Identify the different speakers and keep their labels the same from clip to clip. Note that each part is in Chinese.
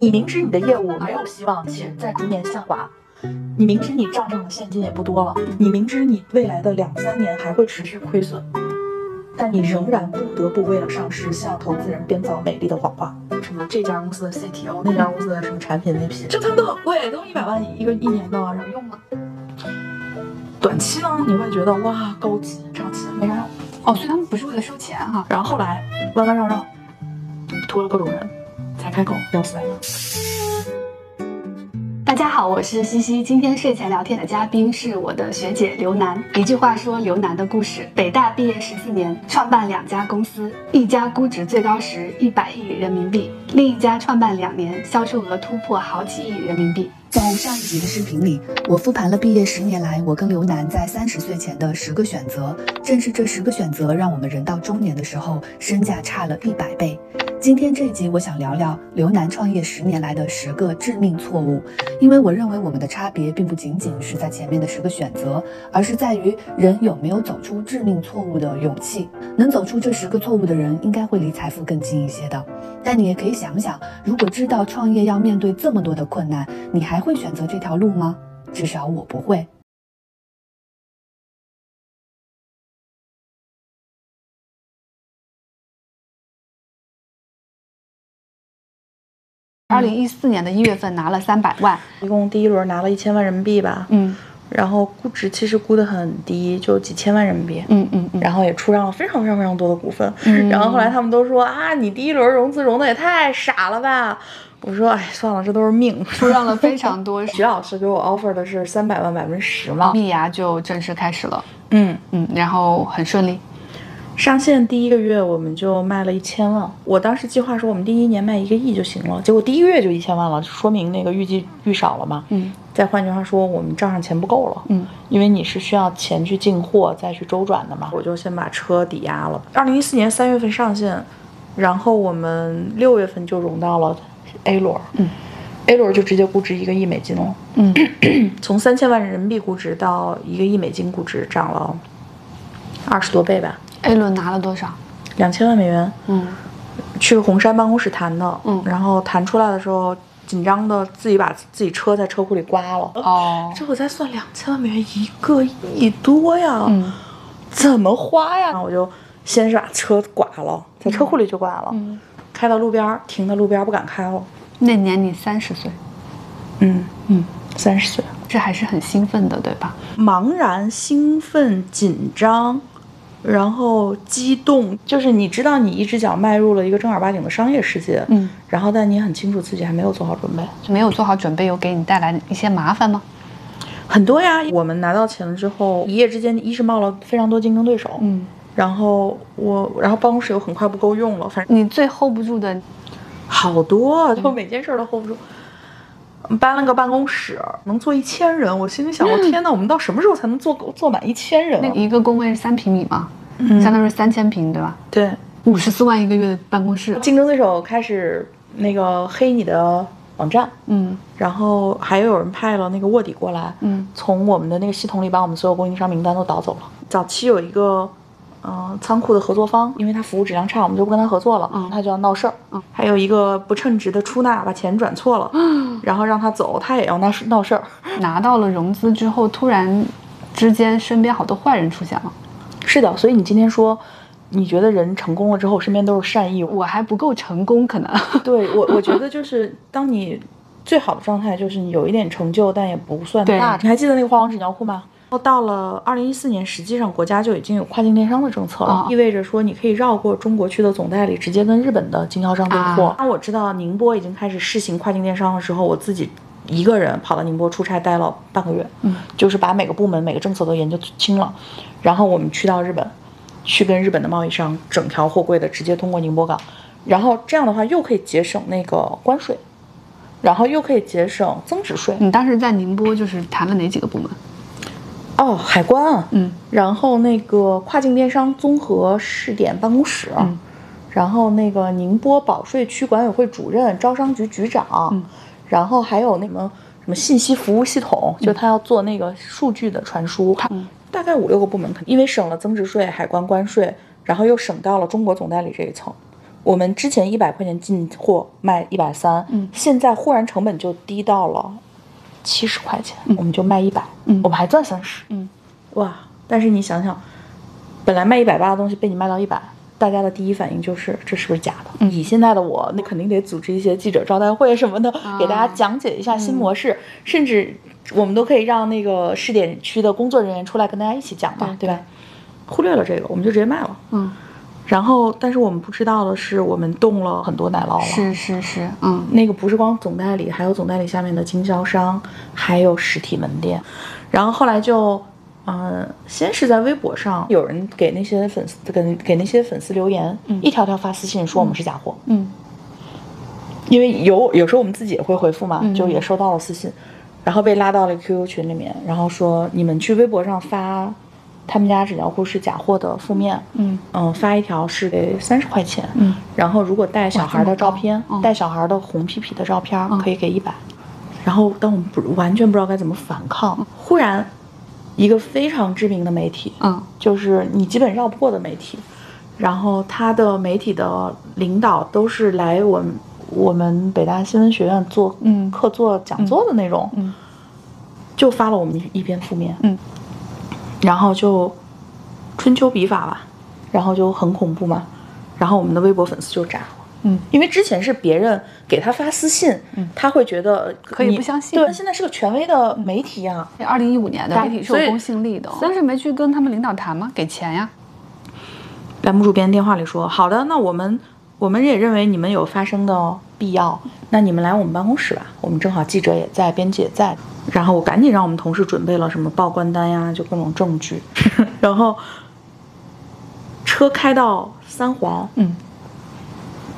Speaker 1: 你明知你的业务没有希望且在逐年下滑，你明知你账上的现金也不多了，你明知你未来的两三年还会持续亏损，但你仍然不得不为了上市向投资人编造美丽的谎话，什么这家公司的 CTO，那家公司的什么产品 VP，这他们都很贵，都一百万一个一年的，然后用吗？短期呢，你会觉得哇高级，长期没啥用。
Speaker 2: 哦，所以他们不是为了收钱哈。
Speaker 1: 然后后来弯弯绕绕，拖了各种人，才开口要死来了。
Speaker 2: 大家好，我是西西。今天睡前聊天的嘉宾是我的学姐刘楠。一句话说刘楠的故事：北大毕业十四年，创办两家公司，一家估值最高时一百亿人民币，另一家创办两年，销售额突破好几亿人民币。
Speaker 3: 在上一集的视频里，我复盘了毕业十年来我跟刘楠在三十岁前的十个选择。正是这十个选择，让我们人到中年的时候，身价差了一百倍。今天这一集，我想聊聊刘楠创业十年来的十个致命错误，因为我认为我们的差别并不仅仅是在前面的十个选择，而是在于人有没有走出致命错误的勇气。能走出这十个错误的人，应该会离财富更近一些的。但你也可以想想，如果知道创业要面对这么多的困难，你还会选择这条路吗？至少我不会。
Speaker 2: 二零一四年的一月份拿了三百万，
Speaker 4: 一共第一轮拿了一千万人民币吧，
Speaker 2: 嗯
Speaker 4: 然后估值其实估得很低，就几千万人民币。
Speaker 2: 嗯嗯嗯，
Speaker 4: 然后也出让了非常非常非常多的股份，
Speaker 2: 嗯
Speaker 4: 然后后来他们都说啊，你第一轮融资融的也太傻了吧！我说哎，算了，这都是命。
Speaker 2: 出让了非常多。
Speaker 4: 徐老师给我 offer 的是三百万百分之十嘛，
Speaker 2: 蜜芽就正式开始了，
Speaker 4: 嗯，
Speaker 2: 嗯，然后很顺利，
Speaker 4: 上线第一个月我们就卖了一千万，我当时计划说我们第一年卖一个亿就行了，结果第一个月就一千万了，说明那个预计预少了嘛。
Speaker 2: 嗯
Speaker 4: 再换句话说，我们账上钱不够了。
Speaker 2: 嗯，
Speaker 4: 因为你是需要钱去进货再去周转的嘛。我就先把车抵押了。二零一四年三月份上线，然后我们六月份就融到了 A 轮，
Speaker 2: 嗯
Speaker 4: ，A 轮就直接估值一个亿美金了，
Speaker 2: 嗯，
Speaker 4: 从三千万人民币估值到一个亿美金估值，涨了二十多倍吧，
Speaker 2: A 轮拿了多少？
Speaker 4: 两千万美元。
Speaker 2: 嗯
Speaker 4: 去红杉办公室谈的，
Speaker 2: 嗯
Speaker 4: 然后谈出来的时候，紧张的自己把自己车在车库里刮了。
Speaker 2: 哦，
Speaker 4: 这我再算两千万美元一个亿多呀，
Speaker 2: 嗯
Speaker 4: 怎么花呀？然后我就先是把车剐了，在车库里就剐了，
Speaker 2: 嗯，
Speaker 4: 开到路边儿，停在路边儿不敢开了。
Speaker 2: 那年你三十岁，
Speaker 4: 嗯
Speaker 2: 嗯，
Speaker 4: 三十岁，
Speaker 2: 这还是很兴奋的，对吧？
Speaker 4: 茫然、兴奋、紧张，然后激动，就是你知道你一只脚迈入了一个正儿八经的商业世界，
Speaker 2: 嗯，
Speaker 4: 然后但你很清楚自己还没有做好准备。
Speaker 2: 没有做好准备，有给你带来一些麻烦吗？
Speaker 4: 很多呀，我们拿到钱了之后，一夜之间，一是冒了非常多竞争对手，
Speaker 2: 嗯，
Speaker 4: 然后我，然后办公室又很快不够用了，反正
Speaker 2: 你最 hold 不住的，
Speaker 4: 好多，就每件事儿都 hold 不住。搬了个办公室，能坐一千人，我心里想，我天呐，我们到什么时候才能坐够坐满一千人
Speaker 2: 嗯那
Speaker 4: 啊？嗯
Speaker 2: 一个工位是三平米嘛，相当于三千平，对吧？
Speaker 4: 对，
Speaker 2: 五十四万一个月的办公室，
Speaker 4: 竞争对手开始那个黑你的网站，
Speaker 2: 嗯
Speaker 4: 然后还有人派了那个卧底过来，
Speaker 2: 嗯
Speaker 4: 从我们的那个系统里把我们所有供应商名单都导走了。早期有一个，嗯、仓库的合作方，因为他服务质量差，我们就不跟他合作了，
Speaker 2: 嗯
Speaker 4: 他就要闹事儿。
Speaker 2: 嗯
Speaker 4: 还有一个不称职的出纳，把钱转错 了，然后让他走，他也要闹事闹事儿。
Speaker 2: 拿到了融资之后，突然之间身边好多坏人出现了，
Speaker 4: 是的，所以你今天说，你觉得人成功了之后，身边都是善意，我
Speaker 2: 我还不够成功，可能
Speaker 4: 对我，我觉得就是当你最好的状态，就是你有一点成就，但也不算
Speaker 2: 对
Speaker 4: 大。你还记得那个花王纸尿裤吗？然后到了二零一四年，实际上国家就已经有跨境电商的政策了，
Speaker 2: 啊
Speaker 4: 意味着说你可以绕过中国区的总代理，直接跟日本的经销商订货。
Speaker 2: 啊
Speaker 4: 当我知道宁波已经开始试行跨境电商的时候，我自己一个人跑到宁波出差待了半个月，
Speaker 2: 嗯
Speaker 4: 就是把每个部门每个政策都研究清了，然后我们去到日本，去跟日本的贸易商整条货柜的直接通过宁波港，然后这样的话又可以节省那个关税，然后又可以节省增值税。
Speaker 2: 你当时在宁波就是谈了哪几个部门？
Speaker 4: 哦，海关啊，
Speaker 2: 嗯
Speaker 4: 然后那个跨境电商综合试点办公室，啊
Speaker 2: 嗯
Speaker 4: 然后那个宁波保税区管委会主任、招商局局长，
Speaker 2: 嗯
Speaker 4: 然后还有那什么什么信息服务系统，就他要做那个数据的传输，
Speaker 2: 嗯
Speaker 4: 大概五六个部门，因为省了增值税、海关关税，然后又省到了中国总代理这一层，我们之前一百块钱进货卖一百三，
Speaker 2: 嗯
Speaker 4: 现在忽然成本就低到了七十块钱，
Speaker 2: 嗯
Speaker 4: 我们就卖一百、
Speaker 2: 嗯
Speaker 4: 我们还赚三十，
Speaker 2: 嗯，
Speaker 4: 哇！但是你想想，本来卖一百八的东西被你卖到一百，大家的第一反应就是这是不是假的？
Speaker 2: 嗯
Speaker 4: 以现在的我，那肯定得组织一些记者招待会什么的，
Speaker 2: 啊嗯
Speaker 4: 给大家讲解一下新模式，甚至我们都可以让那个试点区的工作人员出来跟大家一起讲嘛，对
Speaker 2: 对
Speaker 4: 吧？忽略了这个，我们就直接卖了。
Speaker 2: 嗯，
Speaker 4: 然后，但是我们不知道的是，我们动了很多奶酪了。
Speaker 2: 是是是，嗯
Speaker 4: 那个不是光总代理，还有总代理下面的经销商，还有实体门店。然后后来就，嗯、先是在微博上有人给那些粉丝给给那些粉丝留言，
Speaker 2: 嗯
Speaker 4: 一条条发私信说我们是假货，
Speaker 2: 嗯
Speaker 4: 因为有有时候我们自己也会回复嘛，
Speaker 2: 嗯
Speaker 4: 就也收到了私信，然后被拉到了 QQ 群里面，然后说你们去微博上发他们家纸尿裤是假货的负面，
Speaker 2: 嗯
Speaker 4: 嗯，发一条是给三十块钱，
Speaker 2: 嗯，
Speaker 4: 然后如果带小孩的照片
Speaker 2: 这么高嗯，
Speaker 4: 带小孩的红屁屁的照片
Speaker 2: 嗯
Speaker 4: 可以给一百，然后当我们不完全不知道该怎么反抗，忽然一个非常知名的媒体，
Speaker 2: 嗯
Speaker 4: 就是你基本绕不过的媒体，然后他的媒体的领导都是来我们我们北大新闻学院做
Speaker 2: 嗯
Speaker 4: 客座讲座的那种，
Speaker 2: 嗯
Speaker 4: 就发了我们一篇负面，
Speaker 2: 嗯，
Speaker 4: 然后就春秋笔法吧，然后就很恐怖嘛，然后我们的微博粉丝就炸了。
Speaker 2: 嗯，
Speaker 4: 因为之前是别人给他发私信，
Speaker 2: 嗯
Speaker 4: 他会觉得
Speaker 2: 可以
Speaker 4: 你
Speaker 2: 不相信嗯
Speaker 4: 对，现在是个权威的媒体啊，
Speaker 2: 二零一五年的
Speaker 4: 大
Speaker 2: 媒体是
Speaker 4: 所
Speaker 2: 有
Speaker 4: 以
Speaker 2: 公信力的哦，但是没去跟他们领导谈吗？给钱呀？
Speaker 4: 栏目主编电话里说：“好的，那我们我们也认为你们有发声的必要，那你们来我们办公室吧，我们正好记者也在，编辑也在。”然后我赶紧让我们同事准备了什么报关单呀，就各种证据。 然后车开到三环，
Speaker 2: 嗯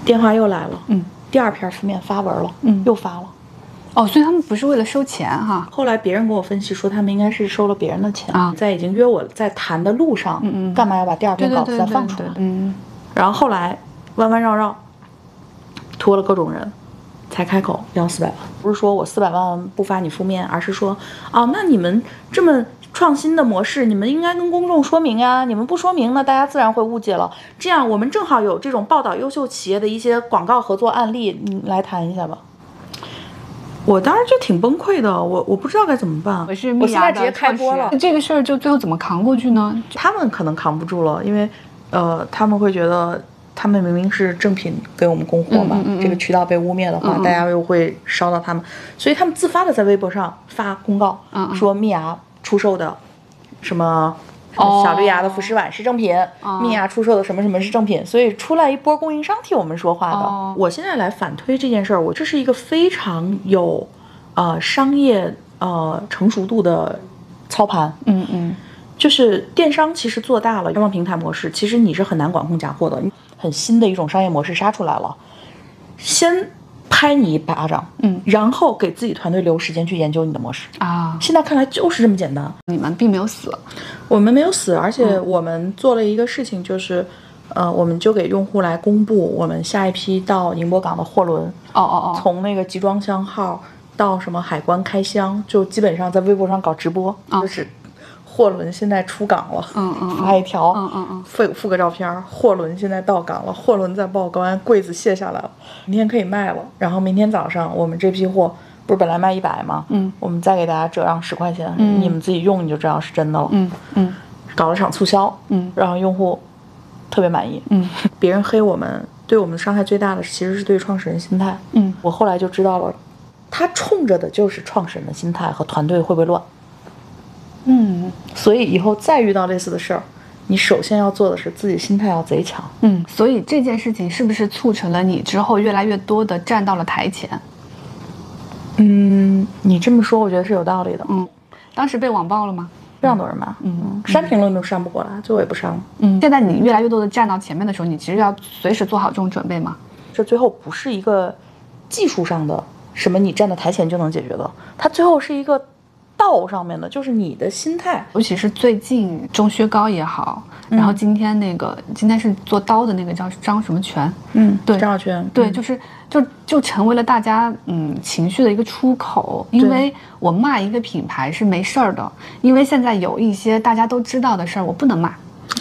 Speaker 4: 电话又来了，
Speaker 2: 嗯
Speaker 4: 第二篇负面发文了，
Speaker 2: 嗯
Speaker 4: 又发了。
Speaker 2: 哦，所以他们不是为了收钱哈，
Speaker 4: 后来别人跟我分析说，他们应该是收了别人的钱，
Speaker 2: 啊
Speaker 4: 在已经约我在谈的路上，
Speaker 2: 嗯嗯
Speaker 4: 干嘛要把第二
Speaker 2: 对
Speaker 4: 篇
Speaker 2: 对
Speaker 4: 稿子
Speaker 2: 对
Speaker 4: 再
Speaker 2: 对
Speaker 4: 放出
Speaker 2: 对
Speaker 4: 来？
Speaker 2: 嗯
Speaker 4: 然后后来弯弯绕绕，托了各种人，才开口要四百万。不是说我四百万不发你负面，而是说，哦，那你们这么创新的模式，你们应该跟公众说明呀。你们不说明呢，大家自然会误解了。这样我们正好有这种报道优秀企业的一些广告合作案例，你来谈一下吧。我当时就挺崩溃的，我我不知道该怎么办。
Speaker 2: 我是
Speaker 4: 我
Speaker 2: 蜜
Speaker 4: 现
Speaker 2: 芽
Speaker 4: 在
Speaker 2: 的
Speaker 4: 直接开播了
Speaker 2: 创始人，这个事儿就最后怎么扛过去呢？
Speaker 4: 他们可能扛不住了，因为呃，他们会觉得他们明明是正品给我们供货嘛，
Speaker 2: 嗯嗯嗯
Speaker 4: 这个渠道被污蔑的话，
Speaker 2: 嗯嗯
Speaker 4: 大家又会烧到他们，所以他们自发的在微博上发公告，
Speaker 2: 嗯嗯
Speaker 4: 说蜜芽出售的什么。什么
Speaker 2: 哦
Speaker 4: 小绿芽的浮石碗是正品，
Speaker 2: 哦
Speaker 4: 蜜芽出售的什么什么是正品，所以出来一波供应商替我们说话的。
Speaker 2: 哦
Speaker 4: 我现在来反推这件事儿，我这是一个非常有，呃，商业呃成熟度的操盘。
Speaker 2: 嗯嗯
Speaker 4: 就是电商其实做大了开放平台模式，其实你是很难管控假货的，很新的一种商业模式杀出来了，先拍你一巴掌，
Speaker 2: 嗯
Speaker 4: 然后给自己团队留时间去研究你的模式。
Speaker 2: 啊，
Speaker 4: 现在看来就是这么简单，
Speaker 2: 你们并没有死，
Speaker 4: 我们没有死，而且
Speaker 2: 嗯
Speaker 4: 我们做了一个事情，就是，呃，我们就给用户来公布我们下一批到宁波港的货轮，
Speaker 2: 哦哦哦，
Speaker 4: 从那个集装箱号到什么海关开箱，就基本上在微博上搞直播，
Speaker 2: 啊
Speaker 4: 就是货轮现在出港了，
Speaker 2: 嗯嗯嗯
Speaker 4: 发一条，
Speaker 2: 嗯嗯嗯
Speaker 4: 附附个照片儿，货轮现在到港了，货轮在报关，柜子卸下来了，明天可以卖了。然后明天早上我们这批货不是本来卖一百吗？
Speaker 2: 嗯，
Speaker 4: 我们再给大家折让十块钱，你们自己用你就知道是真的了。
Speaker 2: 嗯嗯
Speaker 4: 搞了场促销，
Speaker 2: 嗯
Speaker 4: 让用户特别满意。
Speaker 2: 嗯
Speaker 4: 别人黑我们，对我们伤害最大的其实是对创始人心态。
Speaker 2: 嗯
Speaker 4: 我后来就知道了，他冲着的就是创始人的心态和团队会不会乱。
Speaker 2: 嗯
Speaker 4: 所以以后再遇到类似的事儿，你首先要做的是自己心态要贼强。
Speaker 2: 嗯，所以这件事情是不是促成了你之后越来越多的站到了台前？
Speaker 4: 嗯，你这么说，我觉得是有道理的。
Speaker 2: 嗯，当时被网暴了吗？
Speaker 4: 非常多人骂，
Speaker 2: 嗯，
Speaker 4: 删评论都删不过来，最后也不删了。
Speaker 2: 嗯，现在你越来越多的站到前面的时候，你其实要随时做好这种准备嘛。
Speaker 4: 这最后不是一个技术上的什么你站在台前就能解决的，它最后是一个道上面的，就是你的心态。
Speaker 2: 尤其是最近钟薛高也好，然后今天那个今天是做刀的那个叫张什么全，
Speaker 4: 嗯，
Speaker 2: 对
Speaker 4: 张小泉，
Speaker 2: 对，
Speaker 4: 嗯
Speaker 2: 就是就就成为了大家嗯情绪的一个出口，因
Speaker 4: 对
Speaker 2: 为我骂一个品牌是没事儿的，因为现在有一些大家都知道的事儿，我不能骂。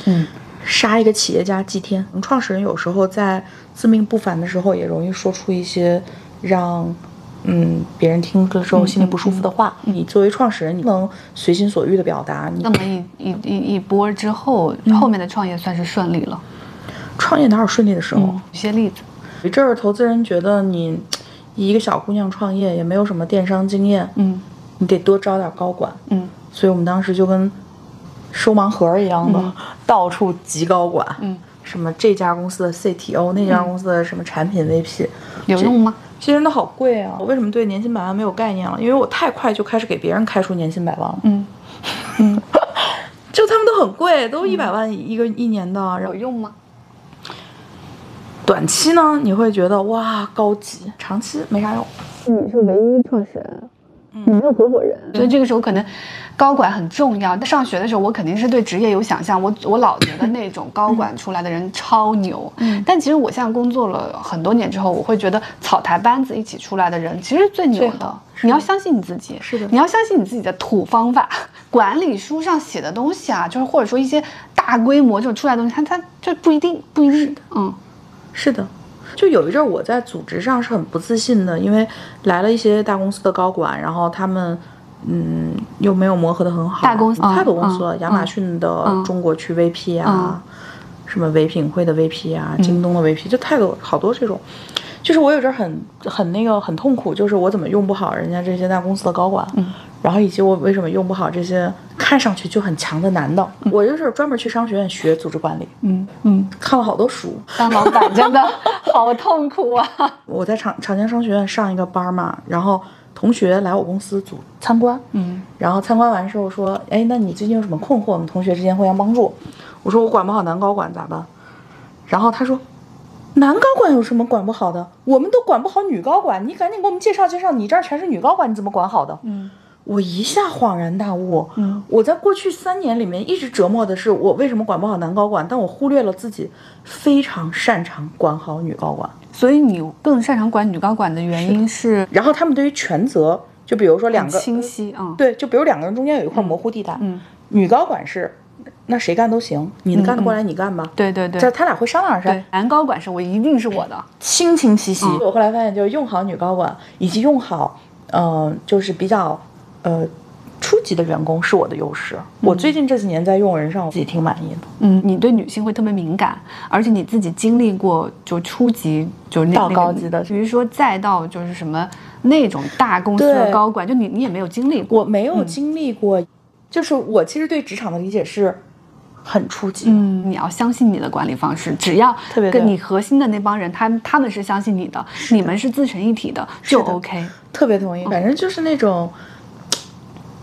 Speaker 2: 嗯，
Speaker 4: 杀一个企业家祭天。嗯创始人有时候在自命不凡的时候，也容易说出一些让嗯别人听了之后
Speaker 2: 嗯
Speaker 4: 心里不舒服的话。你作为创始人，你不能随心所欲的表达。你
Speaker 2: 那么一一一一波之后，后面的创业算是顺利了。
Speaker 4: 创业哪有顺利的时候？
Speaker 2: 有些例子，
Speaker 4: 有一阵儿投资人觉得你一个小姑娘创业也没有什么电商经验，
Speaker 2: 嗯
Speaker 4: 你得多招点高管。
Speaker 2: 嗯
Speaker 4: 所以我们当时就跟收盲盒儿一样的，
Speaker 2: 嗯
Speaker 4: 到处集高管，
Speaker 2: 嗯，
Speaker 4: 什么这家公司的 CTO，那家公司的什么产品 VP，、
Speaker 2: 有用吗？
Speaker 4: 这些嗯人都好贵啊！我为什么对年薪百万没有概念了？啊因为我太快就开始给别人开出年薪百万了，
Speaker 2: 嗯，
Speaker 4: 就他们都很贵，都一百万一个一年的，然后
Speaker 2: 有用吗？
Speaker 4: 短期呢你会觉得哇高级，长期没啥用。
Speaker 2: 你是唯一创始人，你没有合伙人，嗯所以这个时候可能高管很重要。上学的时候，我肯定是对职业有想象，我我老觉得那种高管出来的人超牛，但其实我现在工作了很多年之后，我会觉得草台班子一起出来的人其实是最牛
Speaker 4: 最
Speaker 2: 的。你要相信你自己，
Speaker 4: 是的
Speaker 2: 你要相信你自己的土方法。 管理书上写的东西啊，就是或者说一些大规模就出来的东西，它它就不一定不一定，嗯
Speaker 4: 是的，就有一阵儿我在组织上是很不自信的，因为来了一些大公司的高管，然后他们。嗯，又没有磨合的很好。
Speaker 2: 大公司
Speaker 4: 太多
Speaker 2: 嗯
Speaker 4: 公司了，
Speaker 2: 嗯
Speaker 4: 亚马逊的
Speaker 2: 嗯
Speaker 4: 中国区 VP 啊，什么唯品会的 VP
Speaker 2: 嗯
Speaker 4: 啊，京东的 VP，就太多好多这种。就是我有阵儿很很那个很痛苦，就是我怎么用不好人家这些大公司的高管，
Speaker 2: 嗯
Speaker 4: 然后以及我为什么用不好这些看上去就很强的男的。我就是专门去商学院学组织管理，
Speaker 2: 嗯嗯，
Speaker 4: 看了好多书，
Speaker 2: 当老板真的好痛苦啊。
Speaker 4: 我在长长江商学院上一个班儿嘛，然后同学来我公司组参观，
Speaker 2: 嗯，
Speaker 4: 然后参观完之后说，哎，那你最近有什么困惑？我们同学之间互相帮助。我说我管不好男高管咋办？然后他说，男高管有什么管不好的？我们都管不好女高管，你赶紧给我们介绍介绍，你这儿全是女高管，你怎么管好的？嗯。我一下恍然大悟，
Speaker 2: 嗯，
Speaker 4: 我在过去三年里面一直折磨的是我为什么管不好男高管，但我忽略了自己非常擅长管好女高管。
Speaker 2: 所以你更擅长管女高管的原因是
Speaker 4: 然后他们对于权责，就比如说两
Speaker 2: 很
Speaker 4: 个
Speaker 2: 清晰啊，
Speaker 4: 对，就比如两个人中间有一块模糊地带，
Speaker 2: 嗯，
Speaker 4: 女高管是那谁干都行，你干得过来你干吧，
Speaker 2: 对对对
Speaker 4: 这他俩会商量着
Speaker 2: 对
Speaker 4: 噻，，
Speaker 2: 男高管是我一定是我的，
Speaker 4: 清清晰晰
Speaker 2: 嗯
Speaker 4: 我后来发现，就是用好女高管以及用好，呃，就是比较呃初级的员工是我的优势。我最近这几年在用人上，我自己挺满意的。
Speaker 2: 嗯，你对女性会特别敏感，而且你自己经历过就初级就是那
Speaker 4: 到
Speaker 2: 那个
Speaker 4: 高级的
Speaker 2: 比如说再到就是什么那种大公司的
Speaker 4: 对
Speaker 2: 高管，就你你也没有经历过，
Speaker 4: 我没有经历过，就是我其实对职场的理解是很初级的，
Speaker 2: 嗯，你要相信你的管理方式，只要
Speaker 4: 特别对
Speaker 2: 跟你核心的那帮人，他他们是相信你的，你们是自成一体的，就是
Speaker 4: 的
Speaker 2: OK。
Speaker 4: 特别同意，反正就是那种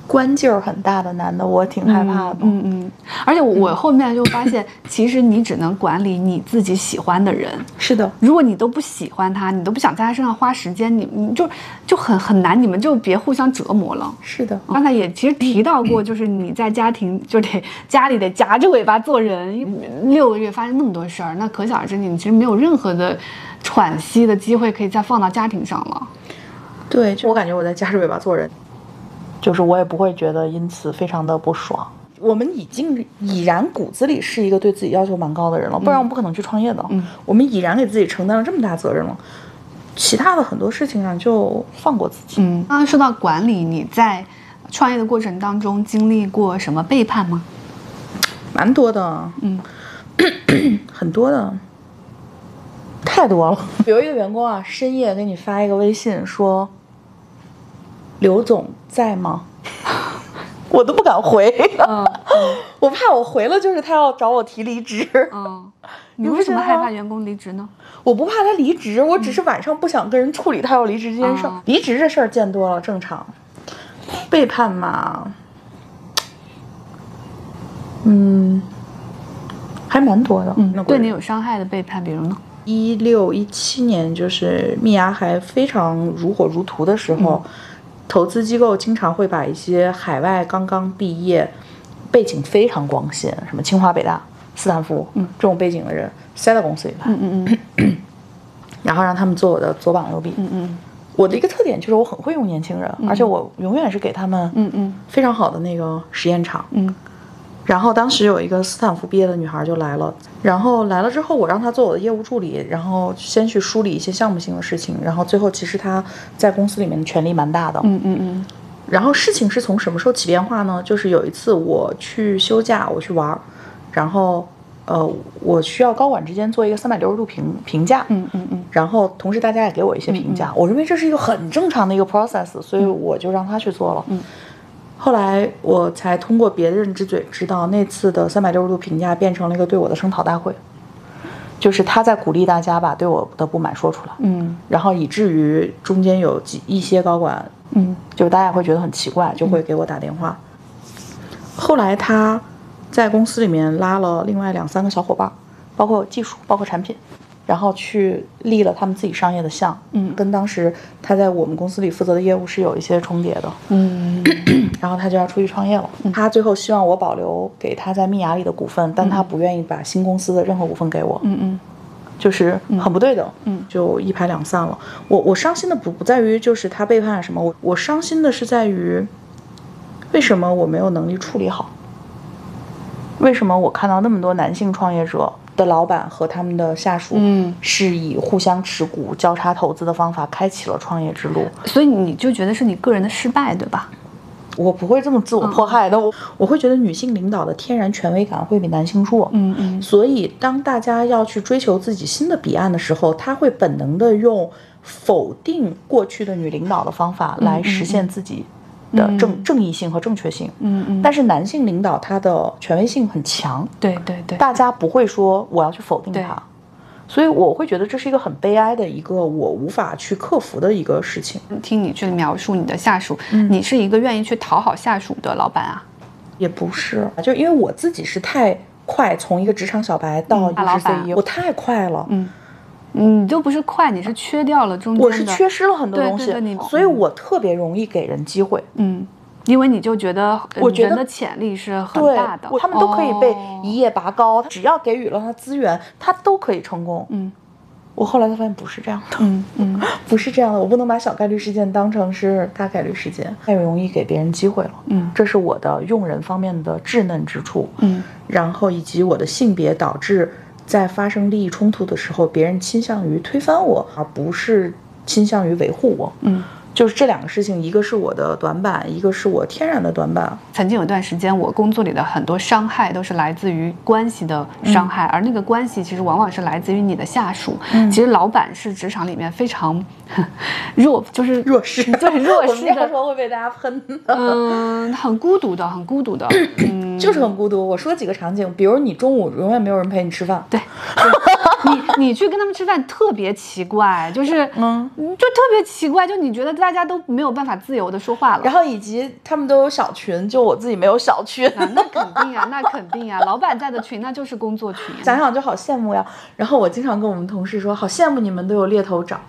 Speaker 4: 官劲儿很大的男的，我挺害怕的。
Speaker 2: 嗯嗯，而且我后面就发现，其实你只能管理你自己喜欢的人。
Speaker 4: 是的，
Speaker 2: 如果你都不喜欢他，你都不想在他身上花时间，你你就就很很难，你们就别互相折磨了。
Speaker 4: 是的，
Speaker 2: 刚才也其实提到 过，就是你在家庭就得家里得夹着尾巴做人，六个月发生那么多事儿，那可想而知，你其实没有任何的喘息的机会可以再放到家庭上了。
Speaker 4: 对，就我感觉我在夹着尾巴做人，就是我也不会觉得因此非常的不爽。我们已经已然骨子里是一个对自己要求蛮高的人了，不然我们不可能去创业的。
Speaker 2: 嗯
Speaker 4: 我们已然给自己承担了这么大责任了，其他的很多事情上就放过自己。
Speaker 2: 嗯，刚刚说到管理，你在创业的过程当中经历过什么背叛吗？
Speaker 4: 蛮多的，啊
Speaker 2: 嗯，
Speaker 4: 很多的，太多了。有一个员工啊，深夜给你发一个微信说：“刘总在吗？” 我都不敢回，
Speaker 2: 嗯
Speaker 4: 我怕我回了就是他要找我提离职。
Speaker 2: 嗯，
Speaker 4: 你
Speaker 2: 你
Speaker 4: 不
Speaker 2: 为什么
Speaker 4: 觉得
Speaker 2: 害
Speaker 4: 吗
Speaker 2: 怕嗯员工离职呢？
Speaker 4: 我不怕他离职，我只是晚上不想跟人处理他要离职这件事儿。
Speaker 2: 啊
Speaker 4: 离职这事儿见多了，正常。背叛嘛，嗯，还蛮多的。嗯那
Speaker 2: 对
Speaker 4: 个
Speaker 2: 你有伤害的背叛，比如呢？
Speaker 4: 一六一七年，就是蜜芽还非常如火如荼的时
Speaker 2: 嗯
Speaker 4: 候，投资机构经常会把一些海外刚刚毕业、背景非常光鲜，什么清华、北大、斯坦福、这种背景的人塞到公司里来，
Speaker 2: 嗯嗯
Speaker 4: 然后让他们做我的左膀右臂。
Speaker 2: 嗯嗯
Speaker 4: 我的一个特点就是我很会用年轻人，而且我永远是给他们
Speaker 2: 嗯嗯
Speaker 4: 非常好的那个实验场。
Speaker 2: 嗯
Speaker 4: 然后当时有一个斯坦福毕业的女孩就来了，然后来了之后，我让她做我的业务助理，然后先去梳理一些项目性的事情，然后最后其实她在公司里面的权力蛮大的。
Speaker 2: 嗯嗯嗯，
Speaker 4: 然后事情是从什么时候起变化呢？就是有一次我去休假，我去玩儿，然后呃，我需要高管之间做一个三百六十度评评价，
Speaker 2: 嗯嗯嗯，
Speaker 4: 然后同时大家也给我一些评价，我认为这是一个很正常的一个 process，所以我就让他去做了。
Speaker 2: 嗯
Speaker 4: 后来我才通过别人之嘴知道，那次的三百六十度评价变成了一个对我的声讨大会，就是他在鼓励大家把对我的不满说出来，
Speaker 2: 嗯
Speaker 4: 然后以至于中间有几一些高管
Speaker 2: 嗯
Speaker 4: 就大家也会觉得很奇怪，就会给我打电话。后来他在公司里面拉了另外两三个小伙伴，包括技术，包括产品，然后去立了他们自己商业的项，
Speaker 2: 嗯
Speaker 4: 跟当时他在我们公司里负责的业务是有一些重叠的。
Speaker 2: 嗯
Speaker 4: 然后他就要出去创业了。他最后希望我保留给他在蜜芽里的股份，但他不愿意把新公司的任何股份给我，
Speaker 2: 嗯嗯
Speaker 4: 就是很不对等，
Speaker 2: 嗯
Speaker 4: 就一拍两散了。我我伤心的不不在于就是他背叛了什么，我我伤心的是在于，为什么我没有能力处理好？为什么我看到那么多男性创业者的老板和他们的下属，
Speaker 2: 嗯，
Speaker 4: 是以互相持股、交叉投资的方法开启了创业之路？
Speaker 2: 所以你就觉得是你个人的失败，对吧？
Speaker 4: 我不会这么自我
Speaker 2: 嗯
Speaker 4: 迫害的，我我会觉得女性领导的天然权威感会比男性弱。
Speaker 2: 嗯嗯
Speaker 4: 所以，当大家要去追求自己新的彼岸的时候，他会本能的用否定过去的女领导的方法来实现自己的正、
Speaker 2: 嗯
Speaker 4: 正义性和正确性。
Speaker 2: 嗯嗯，
Speaker 4: 但是男性领导他的权威性很强，
Speaker 2: 对对对，
Speaker 4: 大家不会说我要去否定
Speaker 2: 对
Speaker 4: 他，所以我会觉得这是一个很悲哀的一个我无法去克服的一个事情。
Speaker 2: 听你去描述你的下属，你是一个愿意去讨好下属的老板啊。
Speaker 4: 也不是，就因为我自己是太快，从一个职场小白到
Speaker 2: 嗯大
Speaker 4: 就
Speaker 2: 老
Speaker 4: 是 E
Speaker 2: 板
Speaker 4: CEO，、我太快了。
Speaker 2: 嗯，你就不是快，你是缺掉了中间的，
Speaker 4: 我是缺失了很多
Speaker 2: 对
Speaker 4: 东西，
Speaker 2: 对对你
Speaker 4: 所以我特别容易给人机会。
Speaker 2: 嗯，因为你就觉得呃
Speaker 4: 我觉得
Speaker 2: 人的潜力是很
Speaker 4: 对
Speaker 2: 大的，
Speaker 4: 我他们都可以被
Speaker 2: 哦
Speaker 4: 一夜拔高，只要给予了他资源，他都可以成功。
Speaker 2: 嗯
Speaker 4: 我后来才发现不是这样的，
Speaker 2: 嗯嗯
Speaker 4: 不是这样的，我不能把小概率事件当成是大概率事件，太容易给别人机会了。
Speaker 2: 嗯
Speaker 4: 这是我的用人方面的稚嫩之处。
Speaker 2: 嗯
Speaker 4: 然后以及我的性别导致在发生利益冲突的时候，别人倾向于推翻我，而不是倾向于维护我。
Speaker 2: 嗯。
Speaker 4: 就是这两个事情，一个是我的短板，一个是我天然的短板。
Speaker 2: 曾经有段时间，我工作里的很多伤害都是来自于关系的伤害，而那个关系其实往往是来自于你的下属。其实老板是职场里面非常弱， 就是
Speaker 4: 弱势，
Speaker 2: 对弱
Speaker 4: 我们
Speaker 2: 势
Speaker 4: 这样
Speaker 2: 的，
Speaker 4: 说会被大家喷 的。
Speaker 2: 嗯，很孤独的，很孤 独的，嗯，
Speaker 4: 就是很孤独。我说几个场景，比如你中午永远没有人陪你吃饭，
Speaker 2: 对，对你你去跟他们吃饭特别奇怪，就是
Speaker 4: 嗯，
Speaker 2: 就特别奇怪，就你觉得大家都没有办法自由的说话了。
Speaker 4: 然后以及他们都有小群，就我自己没有小群，
Speaker 2: 啊那肯定啊，那肯定啊，老板在的群那就是工作群。
Speaker 4: 想想就好羡慕呀。然后我经常跟我们同事说，好羡慕你们都有猎头长。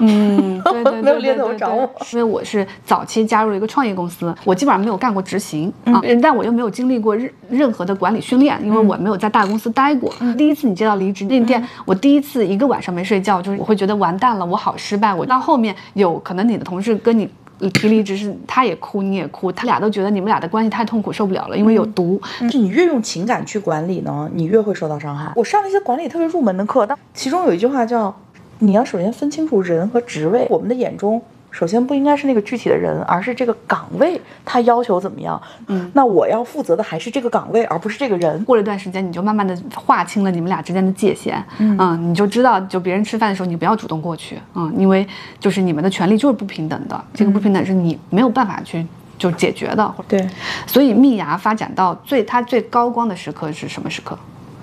Speaker 2: 嗯，对对 对对
Speaker 4: 没有猎头
Speaker 2: 对对
Speaker 4: 找我嗯
Speaker 2: 因为我是早期加入了一个创业公司，我基本上没有干过执行啊，但我又没有经历过任任何的管理训练，因
Speaker 4: 嗯
Speaker 2: 为我没有在大公司待过。第一次你接到离职那天，我第一次一个晚上没睡觉，就是我会觉得完蛋了，我好失败。我到后面有可能你的同事跟你。提离职是他也哭你也哭，他俩都觉得你们俩的关系太痛苦受不了了，因为
Speaker 4: 嗯
Speaker 2: 有毒。
Speaker 4: 是你越用情感去管理呢，你越会受到伤害。我上了一些管理特别入门的课，但其中有一句话叫“你要首先分清楚人和职位”。我们的眼中，首先不应该是那个具体的人，而是这个岗位他要求怎么样。嗯，那我要负责的还是这个岗位，而不是这个人。
Speaker 2: 过了一段时间，你就慢慢的划清了你们俩之间的界限，嗯你就知道，就别人吃饭的时候，你不要主动过去，嗯，因为就是你们的权利就是不平等的，这个不平等是你没有办法去就解决的，或者
Speaker 4: 对，
Speaker 2: 所以蜜芽发展到最它最高光的时刻是什么时刻？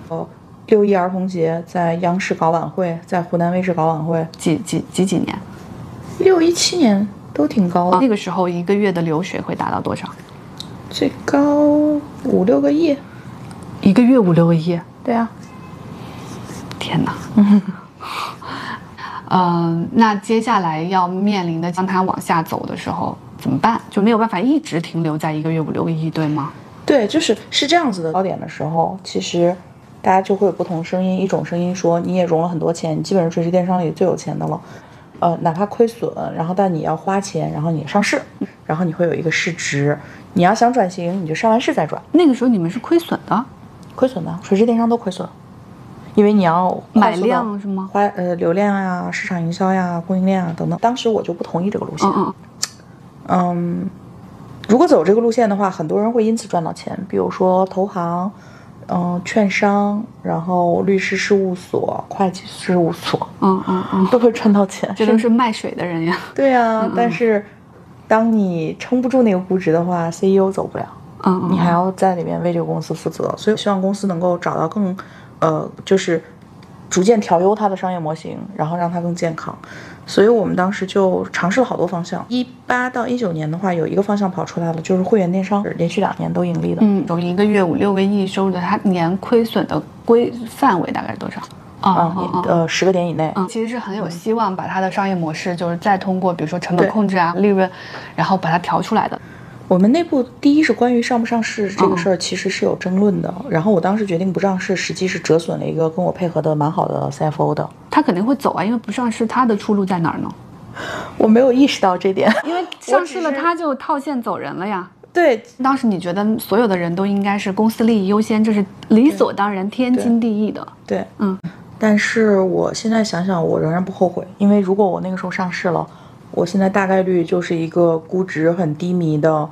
Speaker 4: 哦，六一儿童节在央视搞晚会，在湖南卫视搞晚会，
Speaker 2: 几几几几年？
Speaker 4: 六一七年都挺高的，
Speaker 2: 那个时候一个月的流水会达到多少？
Speaker 4: 最高五六个亿。
Speaker 2: 一个月五六个亿，
Speaker 4: 对啊，
Speaker 2: 天哪！ 嗯，那接下来要面临的，当它往下走的时候怎么办？就没有办法一直停留在一个月五六个亿，对吗？
Speaker 4: 对，就是是这样子的。高点的时候，其实大家就会有不同声音，一种声音说你也融了很多钱，你基本上垂直电商里最有钱的了，
Speaker 2: 嗯
Speaker 4: 呃，哪怕亏损，然后但你要花钱，然后你上市，然后你会有一个市值，你要想转型，你就上完市再转，
Speaker 2: 那个时候你们是亏损的，
Speaker 4: 亏损的，水质电商都亏损，因为你要
Speaker 2: 买量是吗？
Speaker 4: 花呃流量啊、市场营销呀、供应链啊等等。当时我就不同意这个路线
Speaker 2: 嗯，嗯，
Speaker 4: 嗯，如果走这个路线的话，很多人会因此赚到钱，比如说投行，嗯、券商，然后律师事务所、会计事务所
Speaker 2: 嗯嗯嗯，
Speaker 4: 都会赚到钱。
Speaker 2: 这都是卖水的人呀，
Speaker 4: 对啊，但是当你撑不住那个估值的话，CEO 走不了，
Speaker 2: 嗯嗯，
Speaker 4: 你还要在里面为这个公司负责，所以希望公司能够找到更，呃，就是逐渐调优它的商业模型，然后让它更健康。所以我们当时就尝试了好多方向。一八到一九年的话，有一个方向跑出来了，就是会员电商，连续两年都盈利的。
Speaker 2: 嗯，有一个月五六个亿收入的，它年亏损的规范围大概是多少？
Speaker 4: 啊、
Speaker 2: 哦哦哦
Speaker 4: 呃，十个点以内。
Speaker 2: 嗯，其实是很有希望把它的商业模式，就是再通过比如说成本
Speaker 4: 对
Speaker 2: 控制啊、利润，然后把它调出来的。
Speaker 4: 我们内部第一是关于上不上市这
Speaker 2: 嗯
Speaker 4: 个事儿，其实是有争论的。然后我当时决定不上市，实际是折损了一个跟我配合的蛮好的 CFO 的。
Speaker 2: 它肯定会走啊，因为不上市，它的出路在哪儿呢？
Speaker 4: 我没有意识到这点， 因为
Speaker 2: 上市了，它就套现走人了呀。
Speaker 4: 对
Speaker 2: 当时你觉得所有的人都应该是公司利益优先，这是理所当然、天经地义的。
Speaker 4: 对，
Speaker 2: 嗯。
Speaker 4: 但是我现在想想，我仍然不后悔，因为如果我那个时候上市了，我现在大概率就是一个估值很低迷的，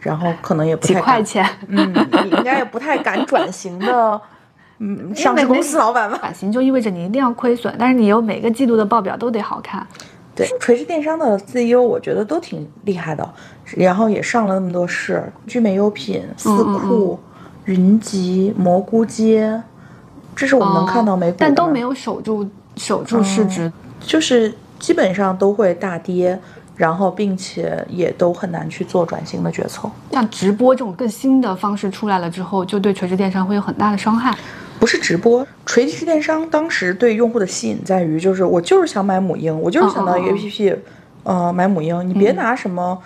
Speaker 4: 然后可能也不
Speaker 2: 几
Speaker 4: 太敢
Speaker 2: 块，钱，
Speaker 4: 嗯，应该也不太敢转型的， 嗯，上市公司老板吧。
Speaker 2: 转型就意味着你一定要亏损，但是你有每个季度的报表都得好看。
Speaker 4: 对，垂直电商的 CEO 我觉得都挺厉害的，然后也上了那么多市，聚美优品、
Speaker 2: 嗯
Speaker 4: 四库、云集、蘑菇街，这是我们能看到美股、
Speaker 2: 哦
Speaker 4: 嗯
Speaker 2: 但都没
Speaker 4: 有，
Speaker 2: 有守住守住市值。
Speaker 4: 就是基本上都会大跌，然后并且也都很难去做转型的决策。
Speaker 2: 像直播这种更新的方式出来了之后，就对垂直电商会有很大的伤害。
Speaker 4: 不是直播，垂直电商当时对用户的吸引在于，就是我就是想买母婴，我就是想到一个
Speaker 2: 嗯嗯嗯
Speaker 4: APP，、呃，买母婴，你别拿什么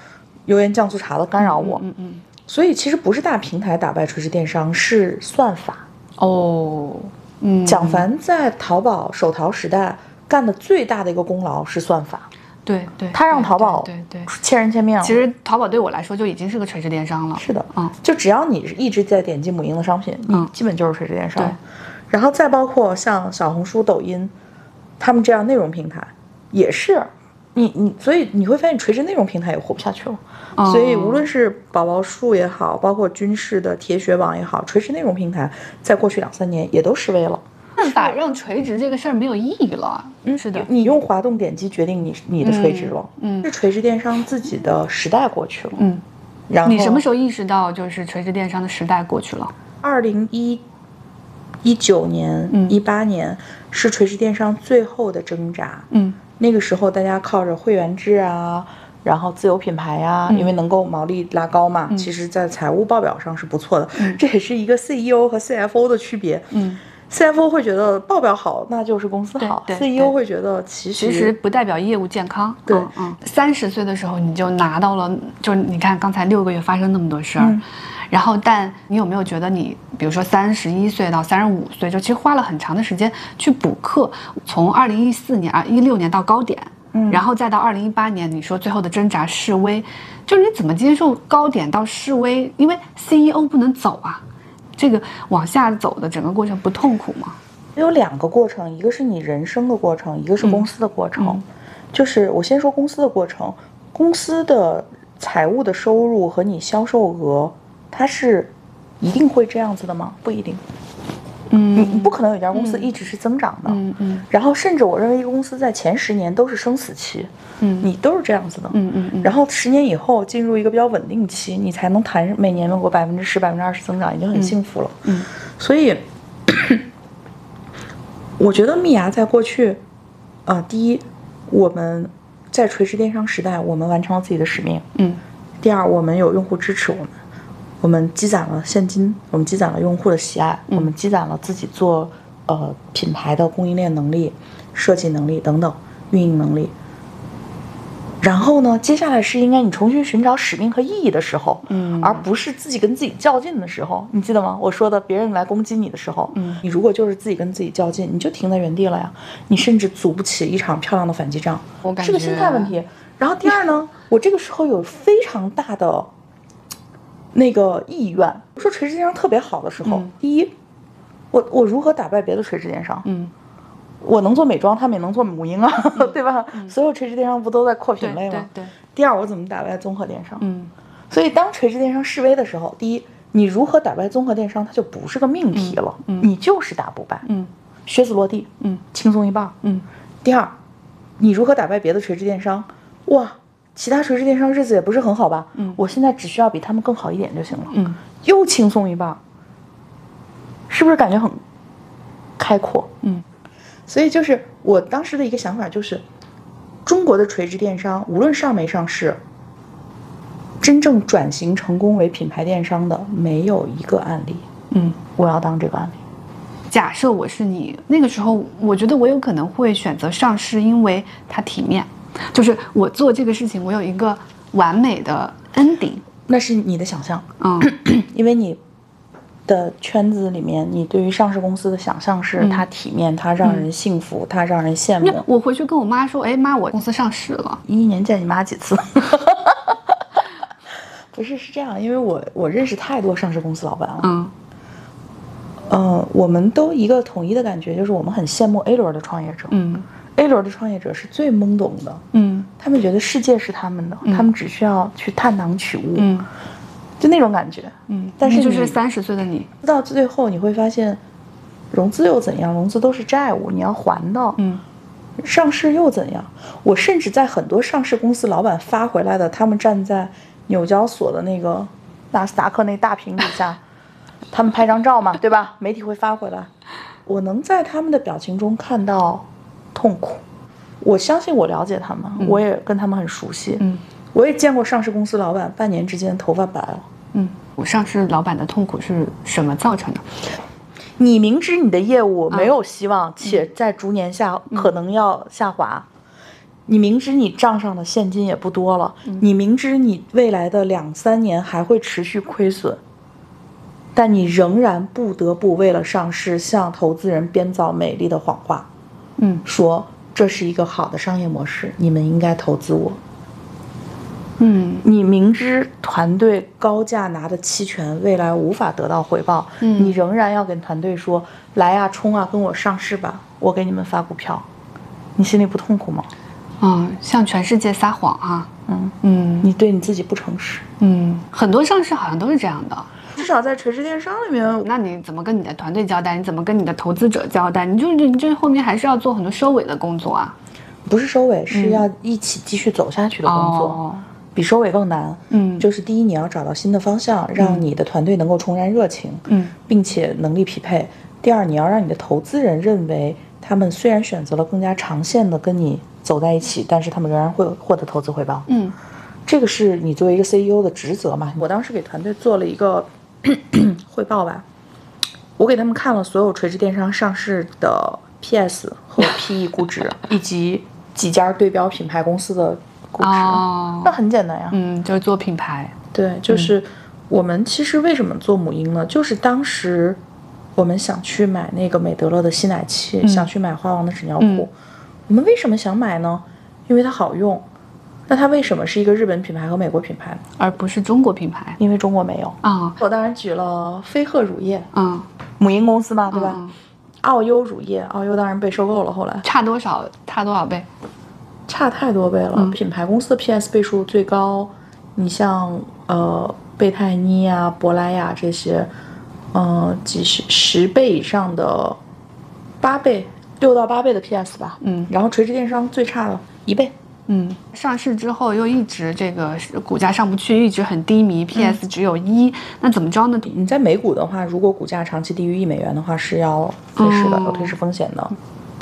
Speaker 4: 油盐酱醋茶的干扰我。
Speaker 2: 嗯嗯。
Speaker 4: 所以其实不是大平台打败垂直电商，是算法。
Speaker 2: 哦，嗯，
Speaker 4: 蒋凡在淘宝手淘时代干的最大的一个功劳是算法，
Speaker 2: 对对，
Speaker 4: 他让
Speaker 2: 对
Speaker 4: 淘宝
Speaker 2: 对对对
Speaker 4: 千人千面了。
Speaker 2: 其实淘宝对我来说就已经是个垂直电商了。
Speaker 4: 是的，
Speaker 2: 嗯
Speaker 4: 就只要你是一直在点击母婴的商品，
Speaker 2: 嗯
Speaker 4: 你基本就是垂直电商。
Speaker 2: 对
Speaker 4: 然后再包括像小红书、抖音，他们这样内容平台也是。你你，所以你会发现垂直内容平台也活不下去了。
Speaker 2: 哦
Speaker 4: 所以无论是宝宝树也好，包括军事的铁血网也好，垂直内容平台在过去两三年也都示威了。
Speaker 2: 办法让垂直这个事儿没有意义了。嗯，是的，
Speaker 4: 你用滑动点击决定你你的垂直了，
Speaker 2: 嗯嗯
Speaker 4: 是垂直电商自己的时代过去了。
Speaker 2: 嗯。
Speaker 4: 然后
Speaker 2: 你什么时候意识到就是垂直电商的时代过去了？
Speaker 4: 二零一一九年、
Speaker 2: 嗯
Speaker 4: 一八年是垂直电商最后的挣扎。
Speaker 2: 嗯，
Speaker 4: 那个时候大家靠着会员制啊，然后自有品牌呀、
Speaker 2: 嗯
Speaker 4: 因为能够毛利拉高嘛，其实在财务报表上是不错的。这也是一个 CEO 和 CFO 的区别。
Speaker 2: 嗯。
Speaker 4: CFO 会觉得报表好，那就是公司
Speaker 2: 对
Speaker 4: 好
Speaker 2: 对
Speaker 4: ；CEO 会觉得其实
Speaker 2: 其实不代表业务健康。
Speaker 4: 对
Speaker 2: 嗯，三十岁的时候你就拿到了，就是你看刚才六个月发生那么多事儿，
Speaker 4: 嗯
Speaker 2: 然后但你有没有觉得你，比如说三十一岁到三十五岁，就其实花了很长的时间去补课，从二零一四年啊一六年到高点。嗯，然后再到二零一八年，你说最后的挣扎示威，就是你怎么接受高点到示威？因为 CEO 不能走啊，这个往下走的整个过程不痛苦吗？
Speaker 4: 有两个过程，一个是你人生的过程，一个是
Speaker 2: 嗯
Speaker 4: 公司的过程。就是我先说公司的过程，公司的财务的收入和你销售额，它是一定会这样子的吗？不一定，你
Speaker 2: 嗯
Speaker 4: 不可能有一家公司一直是增长的。
Speaker 2: 嗯嗯
Speaker 4: 然后，甚至我认为一个公司在前十年都是生死期，
Speaker 2: 嗯
Speaker 4: 你都是这样子的。
Speaker 2: 嗯嗯嗯，
Speaker 4: 然后十年以后进入一个比较稳定期，你才能谈每年能够百分之十、百分之二十增长，已经很幸福了。
Speaker 2: 嗯
Speaker 4: 所以我觉得蜜芽在过去，呃，第一，我们在垂直电商时代，我们完成了自己的使命；
Speaker 2: 嗯
Speaker 4: 第二，我们有用户支持我们，我们积攒了现金，我们积攒了用户的喜爱，
Speaker 2: 嗯
Speaker 4: 我们积攒了自己做呃品牌的供应链能力、设计能力等等运营能力。然后呢，接下来是应该你重新寻找使命和意义的时候，
Speaker 2: 嗯
Speaker 4: 而不是自己跟自己较劲的时候。你记得吗？我说的别人来攻击你的时候，
Speaker 2: 嗯
Speaker 4: 你如果就是自己跟自己较劲，你就停在原地了呀，你甚至组不起一场漂亮的反击仗。
Speaker 2: 我感
Speaker 4: 是个心态问题。然后第二呢，我这个时候有非常大的那个意愿。说垂直电商特别好的时候，
Speaker 2: 嗯
Speaker 4: 第一，我我如何打败别的垂直电商？
Speaker 2: 嗯，
Speaker 4: 我能做美妆，他们也能做母婴啊，对吧？所有垂直电商不都在扩
Speaker 2: 嗯对
Speaker 4: 品类
Speaker 2: 对
Speaker 4: 吗？
Speaker 2: 对，
Speaker 4: 第二，我怎么打败综合电商？
Speaker 2: 嗯
Speaker 4: 所以当垂直电商示威的时候，第一，你如何打败综合电商，它就不是个命题了，
Speaker 2: 嗯
Speaker 4: 你就是打不败，
Speaker 2: 嗯
Speaker 4: 靴子落地，
Speaker 2: 嗯
Speaker 4: 轻松一棒。
Speaker 2: 嗯
Speaker 4: 第二，你如何打败别的垂直电商？哇，其他垂直电商日子也不是很好吧？
Speaker 2: 嗯
Speaker 4: 我现在只需要比他们更好一点就行了，
Speaker 2: 嗯，
Speaker 4: 又轻松一棒，是不是感觉很开阔？
Speaker 2: 嗯，
Speaker 4: 所以就是我当时的一个想法就是，中国的垂直电商无论上没上市，真正转型成功为品牌电商的没有一个案例。
Speaker 2: 嗯。
Speaker 4: 我要当这个案例。
Speaker 2: 假设我是你，那个时候我觉得我有可能会选择上市，因为它体面，就是我做这个事情，我有一个完美的 ending。
Speaker 4: 那是你的想象，
Speaker 2: 嗯
Speaker 4: 因为你的圈子里面，你对于上市公司的想象是
Speaker 2: 嗯
Speaker 4: 它体面，它让人幸福，它让人羡
Speaker 2: 那
Speaker 4: 慕。
Speaker 2: 我回去跟我妈说，哎妈，我公司上市了。
Speaker 4: 一一年见你妈几次？ 不是，是这样，因为我我认识太多上市公司老板了，
Speaker 2: 嗯
Speaker 4: 呃，我们都一个统一的感觉，就是我们很羡慕 A 轮的创业者。
Speaker 2: 嗯
Speaker 4: A 轮的创业者是最懵懂的，
Speaker 2: 嗯
Speaker 4: 他们觉得世界是他们的，
Speaker 2: 嗯
Speaker 4: 他们只需要去探囊取物，
Speaker 2: 嗯
Speaker 4: 就那种感觉。
Speaker 2: 嗯，
Speaker 4: 但是
Speaker 2: 那就
Speaker 4: 你
Speaker 2: 是三十岁的你，
Speaker 4: 到最后你会发现，融资又怎样？融资都是债务，你要还的。
Speaker 2: 嗯
Speaker 4: 上市又怎样？我甚至在很多上市公司老板发回来的，他们站在纽交所的那个纳斯达克那大屏底下，他们拍张照嘛，对吧？媒体会发回来，我能在他们的表情中看到痛苦。我相信我了解他们，我也跟他们很熟悉，
Speaker 2: 嗯
Speaker 4: 我也见过上市公司老板半年之间头发白了。
Speaker 2: 嗯，我上市老板的痛苦是什么造成的？
Speaker 4: 你明知你的业务没有希望，且在逐年下、可能要下滑，你明知你账上的现金也不多了，你明知你未来的两三年还会持续亏损，但你仍然不得不为了上市向投资人编造美丽的谎话，
Speaker 2: 嗯
Speaker 4: 说这是一个好的商业模式，你们应该投资我。
Speaker 2: 嗯
Speaker 4: 你明知团队高价拿的期权未来无法得到回报，
Speaker 2: 嗯
Speaker 4: 你仍然要跟团队说：“来呀、冲啊，跟我上市吧，我给你们发股票。”你心里不痛苦吗？
Speaker 2: 啊，向全世界撒谎啊。
Speaker 4: 嗯，
Speaker 2: 嗯
Speaker 4: 你对你自己不诚实。
Speaker 2: 嗯，很多上市好像都是这样的。
Speaker 4: 至少在垂直电商里面，
Speaker 2: 那你怎么跟你的团队交代？你怎么跟你的投资者交代？你就是你这后面还是要做很多收尾的工作啊。
Speaker 4: 不是收尾，是要一起继续走下去的工作，
Speaker 2: 嗯哦，
Speaker 4: 比收尾更难。
Speaker 2: 嗯，
Speaker 4: 就是第一，你要找到新的方向，让你的团队能够重燃热情，
Speaker 2: 嗯，
Speaker 4: 并且能力匹配。第二，你要让你的投资人认为，他们虽然选择了更加长线的跟你走在一起，但是他们仍然会获得投资回报。
Speaker 2: 嗯
Speaker 4: 这个是你作为一个 CEO 的职责嘛？我当时给团队做了一个 汇报吧，我给他们看了所有垂直电商上市的 PS 和 PE 估值，以及几家对标品牌公司的估值。
Speaker 2: 哦
Speaker 4: 那，很简单呀，
Speaker 2: 嗯，就是做品牌，
Speaker 4: 对，就是我们其实为什么做母婴呢？就是当时我们想去买那个美德乐的吸奶器，想去买花王的纸尿裤。
Speaker 2: 嗯
Speaker 4: 我们为什么想买呢？因为它好用。那它为什么是一个日本品牌和美国品牌？
Speaker 2: 而不是中国品牌
Speaker 4: 因为中国没有。
Speaker 2: 啊。
Speaker 4: 我当然举了飞鹤乳业，
Speaker 2: 嗯，
Speaker 4: 母婴公司嘛，对吧？
Speaker 2: 嗯
Speaker 4: 奥优乳业，奥优当然被收购了，后来
Speaker 2: 差多少？差多少倍？
Speaker 4: 差太多倍了。
Speaker 2: 嗯
Speaker 4: 品牌公司的 PS 倍数最高，你像呃贝泰妮啊、珀莱雅这些，呃几十十倍以上的八倍、六到八倍的 PS 吧。
Speaker 2: 嗯
Speaker 4: 然后垂直电商最差的一倍。
Speaker 2: 嗯，上市之后又一直这个股价上不去，一直很低
Speaker 4: 嗯
Speaker 2: 迷，PS 只有一、那怎么着呢？
Speaker 4: 你在美股的话，如果股价长期低于一美元的话，是要退市的，
Speaker 2: 哦
Speaker 4: 有退市风险的。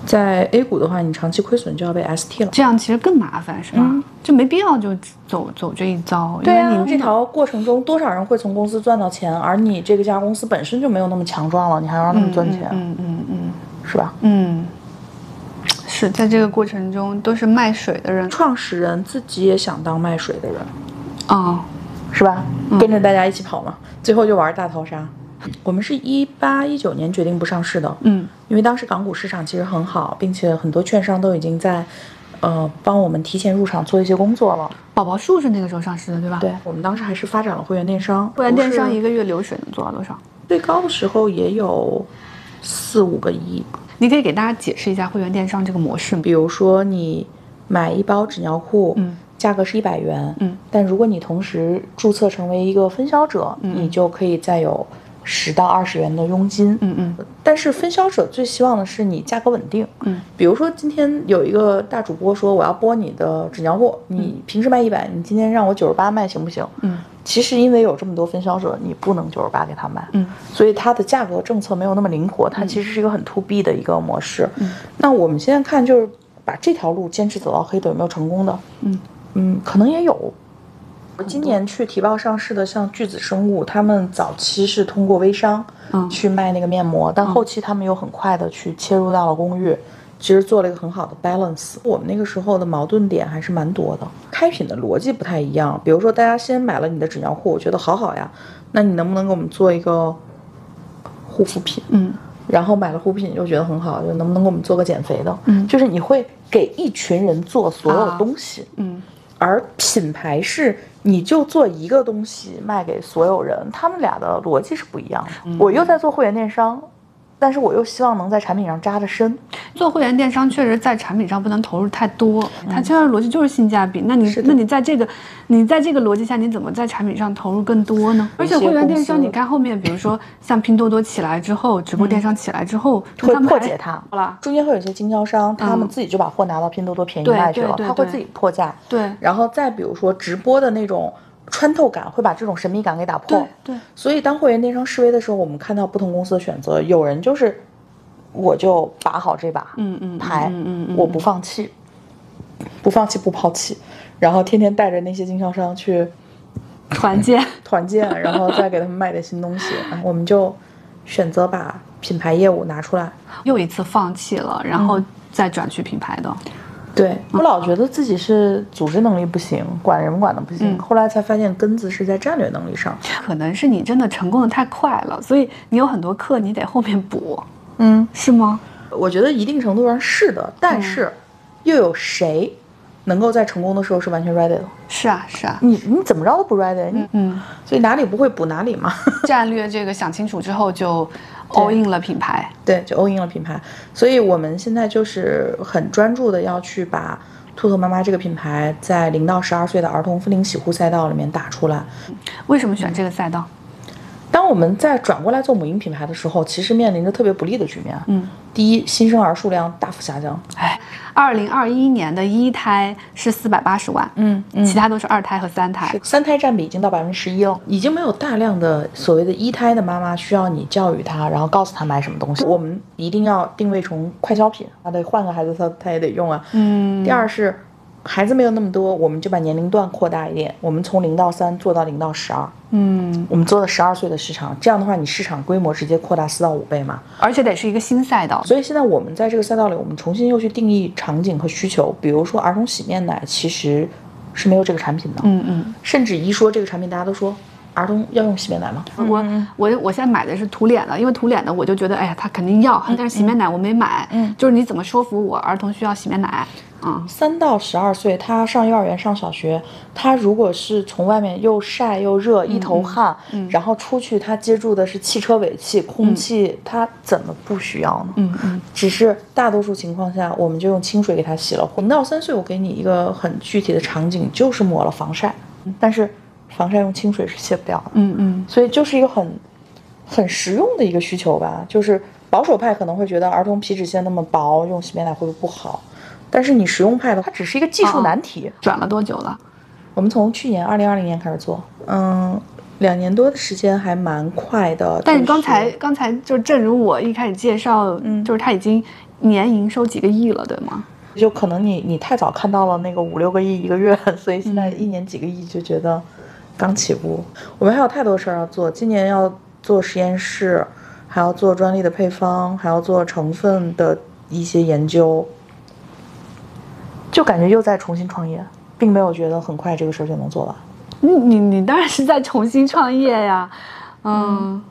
Speaker 4: 在 A 股的话，你长期亏损就要被 ST 了。
Speaker 2: 这样其实更麻烦，是吧？就没必要就走走这一遭，
Speaker 4: 嗯对
Speaker 2: 因
Speaker 4: 啊
Speaker 2: 为，你
Speaker 4: 这条过程中多少人会从公司赚到钱，而你这个家公司本身就没有那么强壮了，你还要让他们赚钱，
Speaker 2: 嗯嗯嗯
Speaker 4: 是吧？
Speaker 2: 嗯，是在这个过程中都是卖水的人
Speaker 4: 创始人自己也想当卖水的人，
Speaker 2: 啊、
Speaker 4: 是吧？跟着大家一起跑嘛，最后就玩大逃杀。我们是一八一九年决定不上市的，
Speaker 2: 嗯
Speaker 4: 因为当时港股市场其实很好，并且很多券商都已经在，呃帮我们提前入场做一些工作了。
Speaker 2: 宝宝树是那个时候上市的，对吧？。
Speaker 4: 对我们当时还是发展了会员电商，
Speaker 2: 会员电商一
Speaker 4: 个
Speaker 2: 个月流水能做到多少？
Speaker 4: 最高的时候也有四五个亿。
Speaker 2: 你可以给大家解释一下会员电商这个模式吗？
Speaker 4: 比如说你买一包纸尿裤，
Speaker 2: 嗯，
Speaker 4: 价格是一百元，
Speaker 2: 嗯，
Speaker 4: 但如果你同时注册成为一个分销者，
Speaker 2: 嗯
Speaker 4: 你就可以再有十到二十元的佣金，
Speaker 2: 嗯嗯
Speaker 4: 但是分销者最希望的是你价格稳定，
Speaker 2: 嗯，
Speaker 4: 比如说今天有一个大主播说我要播你的纸尿裤，你平时卖一百，你今天让我九十八卖行不行？
Speaker 2: 嗯，
Speaker 4: 其实因为有这么多分销者，你不能九十八给他卖，
Speaker 2: 嗯，
Speaker 4: 所以它的价格政策没有那么灵活，它其实是一个很 to B 的一个模式。嗯，那我们现在看就是把这条路坚持走到黑的有没有成功的？
Speaker 2: 嗯
Speaker 4: 嗯，可能也有。我今年去提报上市的，像巨子生物，他们早期是通过微商，
Speaker 2: 嗯
Speaker 4: 去卖那个面膜，但后期他们又很快的去切入到了公寓，其实做了一个很好的 balance。我们那个时候的矛盾点还是蛮多的，开品的逻辑不太一样。比如说，大家先买了你的纸尿裤，我觉得好好呀，那你能不能给我们做一个护肤品？
Speaker 2: 嗯
Speaker 4: 然后买了护肤品又觉得很好，就能不能给我们做个减肥的？
Speaker 2: 嗯
Speaker 4: 就是你会给一群人做所有东西，
Speaker 2: 嗯
Speaker 4: 而品牌是你就做一个东西卖给所有人，他们俩的逻辑是不一样的。我又在做会员电商，但是我又希望能在产品上扎着身。
Speaker 2: 做会员电商确实在产品上不能投入太多，它其实逻辑就是性价比。那你
Speaker 4: 嗯是的
Speaker 2: 那你在这个你在这个逻辑下，你怎么在产品上投入更多呢？而且会员电商，你看后面，比 如说像拼多多起来之后，直播电商起来之后，
Speaker 4: 嗯会
Speaker 2: 他们
Speaker 4: 破
Speaker 2: 还
Speaker 4: 解它
Speaker 2: 好了。
Speaker 4: 中间会有一些经销商，他们
Speaker 2: 嗯
Speaker 4: 自己就把货拿到拼多多便宜
Speaker 2: 对
Speaker 4: 卖去
Speaker 2: 对
Speaker 4: 了，
Speaker 2: 对
Speaker 4: 他会
Speaker 2: 对
Speaker 4: 自己破价。
Speaker 2: 对
Speaker 4: 然后再比如说直播的那种穿透感，会把这种神秘感给打破
Speaker 2: 对。对，
Speaker 4: 所以当会员电商示威的时候，我们看到不同公司的选择，有人就是我就把好这把，
Speaker 2: 嗯嗯，
Speaker 4: 牌，
Speaker 2: 嗯嗯嗯，
Speaker 4: 我不放弃，不放弃不抛弃，然后天天带着那些经销商去
Speaker 2: 团建。
Speaker 4: 团建，然后再给他们卖点新东西，哎我们就选择把品牌业务拿出来。
Speaker 2: 又一次放弃了，然
Speaker 4: 嗯
Speaker 2: 后再转去品牌的。
Speaker 4: 对我老觉得自己是组织能力不行，管人管的不行，
Speaker 2: 嗯
Speaker 4: 后来才发现根子是在战略能力上。
Speaker 2: 可能是你真的成功的太快了，所以你有很多课你得后面补，
Speaker 4: 嗯，
Speaker 2: 是吗？
Speaker 4: 我觉得一定程度上是的，
Speaker 2: 嗯
Speaker 4: 但是又有谁能够在成功的时候是完全 ready 的？
Speaker 2: 是啊，是啊，
Speaker 4: 你你怎么着都不 ready，你
Speaker 2: 嗯，
Speaker 4: 所以哪里不会补哪里嘛。
Speaker 2: 战略这个想清楚之后就 all
Speaker 4: 对
Speaker 2: in 了品牌。
Speaker 4: 对，就 all in 了品牌。所以我们现在就是很专注的要去把兔兔妈妈这个品牌在零到十二岁的儿童分龄洗护赛道里面打出来。
Speaker 2: 为什么选这个赛道？
Speaker 4: 当我们再转过来做母婴品牌的时候，其实面临着特别不利的局面。啊
Speaker 2: 嗯，
Speaker 4: 第一，新生儿数量大幅下降。
Speaker 2: 哎，二零二一年的一胎是四百八十万，
Speaker 4: 嗯
Speaker 2: 其他都是二胎和三胎。
Speaker 4: 三胎占比已经到百分之十一了，已经没有大量的所谓的一胎的妈妈需要你教育她，然后告诉她买什么东西。我们一定要定位成快消品，她得换个孩子她她也得用啊。
Speaker 2: 嗯，
Speaker 4: 第二是孩子没有那么多，我们就把年龄段扩大一点，我们从零到三做到零到十二，
Speaker 2: 嗯，
Speaker 4: 我们做了十二岁的市场，这样的话你市场规模直接扩大四到五倍嘛。
Speaker 2: 而且得是一个新赛道。
Speaker 4: 所以现在我们在这个赛道里，我们重新又去定义场景和需求，比如说儿童洗面奶其实是没有这个产品的，
Speaker 2: 嗯嗯，
Speaker 4: 甚至一说这个产品，大家都说儿童要用洗面奶吗？
Speaker 2: 我我我现在买的是涂脸的，因为涂脸的我就觉得，哎呀，他肯定要，但是洗面奶我没买。
Speaker 4: 嗯
Speaker 2: 就是你怎么说服我儿童需要洗面奶？嗯，
Speaker 4: 三到十二岁，他上幼儿园、上小学，他如果是从外面又晒又热，一头汗，然后出去他接触的是汽车尾气、空气，他怎么不需要呢？
Speaker 2: 嗯嗯
Speaker 4: 只是大多数情况下，我们就用清水给他洗了。零到三岁，我给你一个很具体的场景，就是抹了防晒，但是防晒用清水是卸不掉的。
Speaker 2: 嗯嗯，
Speaker 4: 所以就是一个很很实用的一个需求吧。就是保守派可能会觉得儿童皮脂腺那么薄，用洗面奶会不会不好？但是你实用派的，它只是一个技术难题。
Speaker 2: 转了多久了？
Speaker 4: 我们从去年二零二零年开始做，嗯，两年多的时间还蛮快的。
Speaker 2: 但
Speaker 4: 就是
Speaker 2: 刚才刚才就是正如我一开始介绍，
Speaker 4: 嗯
Speaker 2: 就是它已经年营收几个亿了，对吗？
Speaker 4: 就可能你你太早看到了那个五六个亿一个月， 所以现
Speaker 2: 嗯
Speaker 4: 在一年几个亿就觉得刚起步。我们还有太多事儿要做，今年要做实验室，还要做专利的配方，还要做成分的一些研究，就感觉又在重新创业，并没有觉得很快这个事儿就能做完。嗯
Speaker 2: 你你你当然是在重新创业呀，嗯，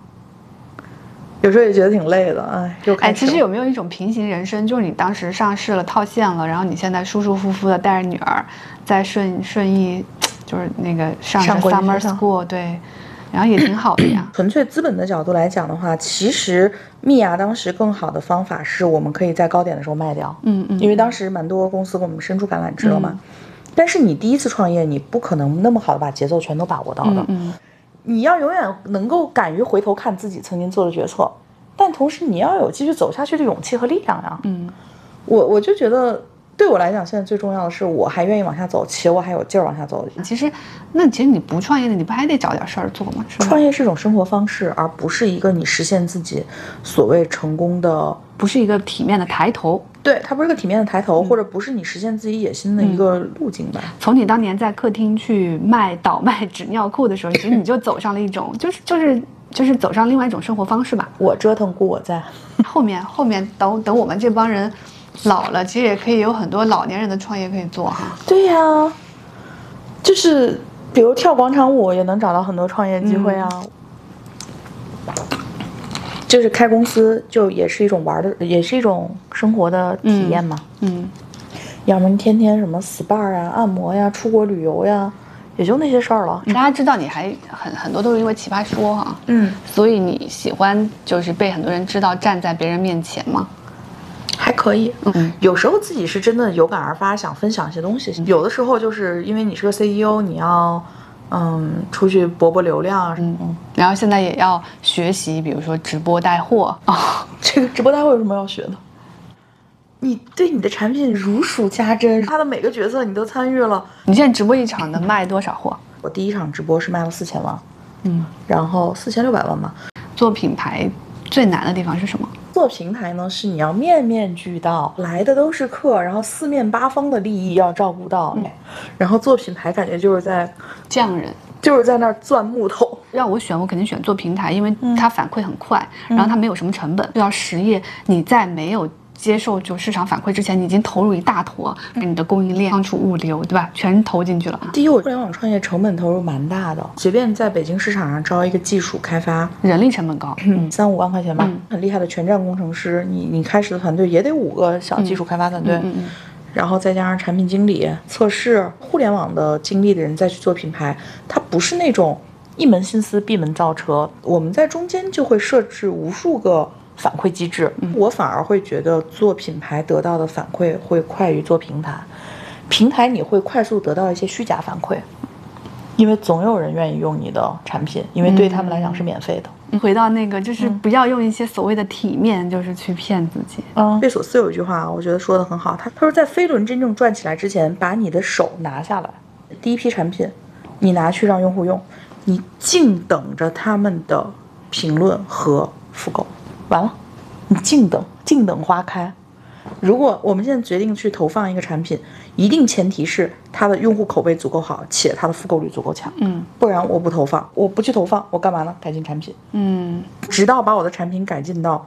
Speaker 4: 有时候也觉得挺累的，哎，又开
Speaker 2: 哎，
Speaker 4: 始
Speaker 2: 其实有没有一种平行人生，就是你当时上市了套现了，然后你现在舒舒服服的带着女儿在顺顺义，就是那个上着
Speaker 4: 上国际
Speaker 2: summer
Speaker 4: 学校。
Speaker 2: school 对，然后也挺好的呀
Speaker 4: 纯粹资本的角度来讲的话，其实蜜芽当时更好的方法是我们可以在高点的时候卖掉，
Speaker 2: 嗯嗯，
Speaker 4: 因为当时蛮多公司给我们伸出橄榄枝了嘛。但是你第一次创业，你不可能那么好的把节奏全都把握到的。
Speaker 2: 嗯嗯
Speaker 4: 你要永远能够敢于回头看自己曾经做的决策，但同时你要有继续走下去的勇气和力量呀。
Speaker 2: 嗯
Speaker 4: 我我就觉得，对我来讲，现在最重要的是我还愿意往下走，且我还有劲儿往下走。
Speaker 2: 嗯，其实那其实你不创业的，你不还得找点事儿做吗？是吧？
Speaker 4: 创业是一种生活方式，而不是一个你实现自己所谓成功的
Speaker 2: 不是一个体面的抬头。
Speaker 4: 对，它不是个体面的抬头，或者不是你实现自己野心的一个路径吧？
Speaker 2: 从你当年在客厅去卖倒卖纸尿裤的时候，其实你就走上了一种， 就是就是就是走上另外一种生活方式吧。
Speaker 4: 我折腾故我在，
Speaker 2: 后面后面等等我们这帮人老了，其实也可以有很多老年人的创业可以做哈。
Speaker 4: 对呀、就是比如跳广场舞也能找到很多创业机会啊。
Speaker 2: 嗯
Speaker 4: 就是开公司，就也是一种玩儿的，也是一种生活的体验嘛。
Speaker 2: 嗯，
Speaker 4: 要么你天天什么 SPA 呀、按摩呀、出国旅游呀，也就那些事儿了。
Speaker 2: 嗯大家知道你还很很多都是因为奇葩说哈，
Speaker 4: 嗯，
Speaker 2: 所以你喜欢就是被很多人知道，站在别人面前嘛。
Speaker 4: 还可以。
Speaker 2: 嗯，
Speaker 4: 有时候自己是真的有感而发，想分享一些东西；有的时候就是因为你是个 CEO，你要嗯出去博博流量。嗯，
Speaker 2: 然后现在也要学习，比如说直播带货 啊、
Speaker 4: 这个直播带货有什么要学的？你对你的产品如数家珍，它的每个角色你都参与了。
Speaker 2: 你现在直播一场能卖多少货？
Speaker 4: 我第一场直播是卖了四千万，
Speaker 2: 嗯，
Speaker 4: 然后四千六百万吧。
Speaker 2: 做品牌最难的地方是什么？
Speaker 4: 做平台呢，是你要面面俱到，来的都是客，然后四面八方的利益要照顾到。然后做品牌感觉就是在
Speaker 2: 匠人。
Speaker 4: 就是在那儿钻木头。
Speaker 2: 让我选，我肯定选做平台，因为它反馈很快，然后它没有什么成本。就要实业，你在没有接受就市场反馈之前，你已经投入一大坨，你的供应链、仓储、物流，对吧？全投进去了。
Speaker 4: 第一，我互联网创业成本投入蛮大的，随便在北京市场上招一个技术开发，
Speaker 2: 人力成本高，
Speaker 4: 三五万块钱吧，
Speaker 2: 嗯
Speaker 4: 很厉害的全站工程师，你你开始的团队也得五个小技术开发团队，
Speaker 2: 嗯嗯
Speaker 4: 然后再加上产品经理、测试、互联网的经历的人再去做品牌，它不是那种一门心思闭门造车，我们在中间就会设置无数个。反馈机制，
Speaker 2: 嗯
Speaker 4: 我反而会觉得做品牌得到的反馈会快于做平台，平台你会快速得到一些虚假反馈，因为总有人愿意用你的产品，因为对他们来
Speaker 2: 嗯
Speaker 4: 讲是免费的。
Speaker 2: 回到那个，就是不要用一些所谓的体面，就是去骗自己。
Speaker 4: 嗯，贝索斯有一句话，我觉得说的很好，他他说在飞轮真正转起来之前，把你的手拿下来，第一批产品，你拿去让用户用，你静等着他们的评论和复购，完了，你静等，静等花开。如果我们现在决定去投放一个产品，一定前提是它的用户口碑足够好，且它的复购率足够强，
Speaker 2: 嗯
Speaker 4: 不然我不投放，我不去投放，我干嘛呢？改进产品。
Speaker 2: 嗯，
Speaker 4: 直到把我的产品改进到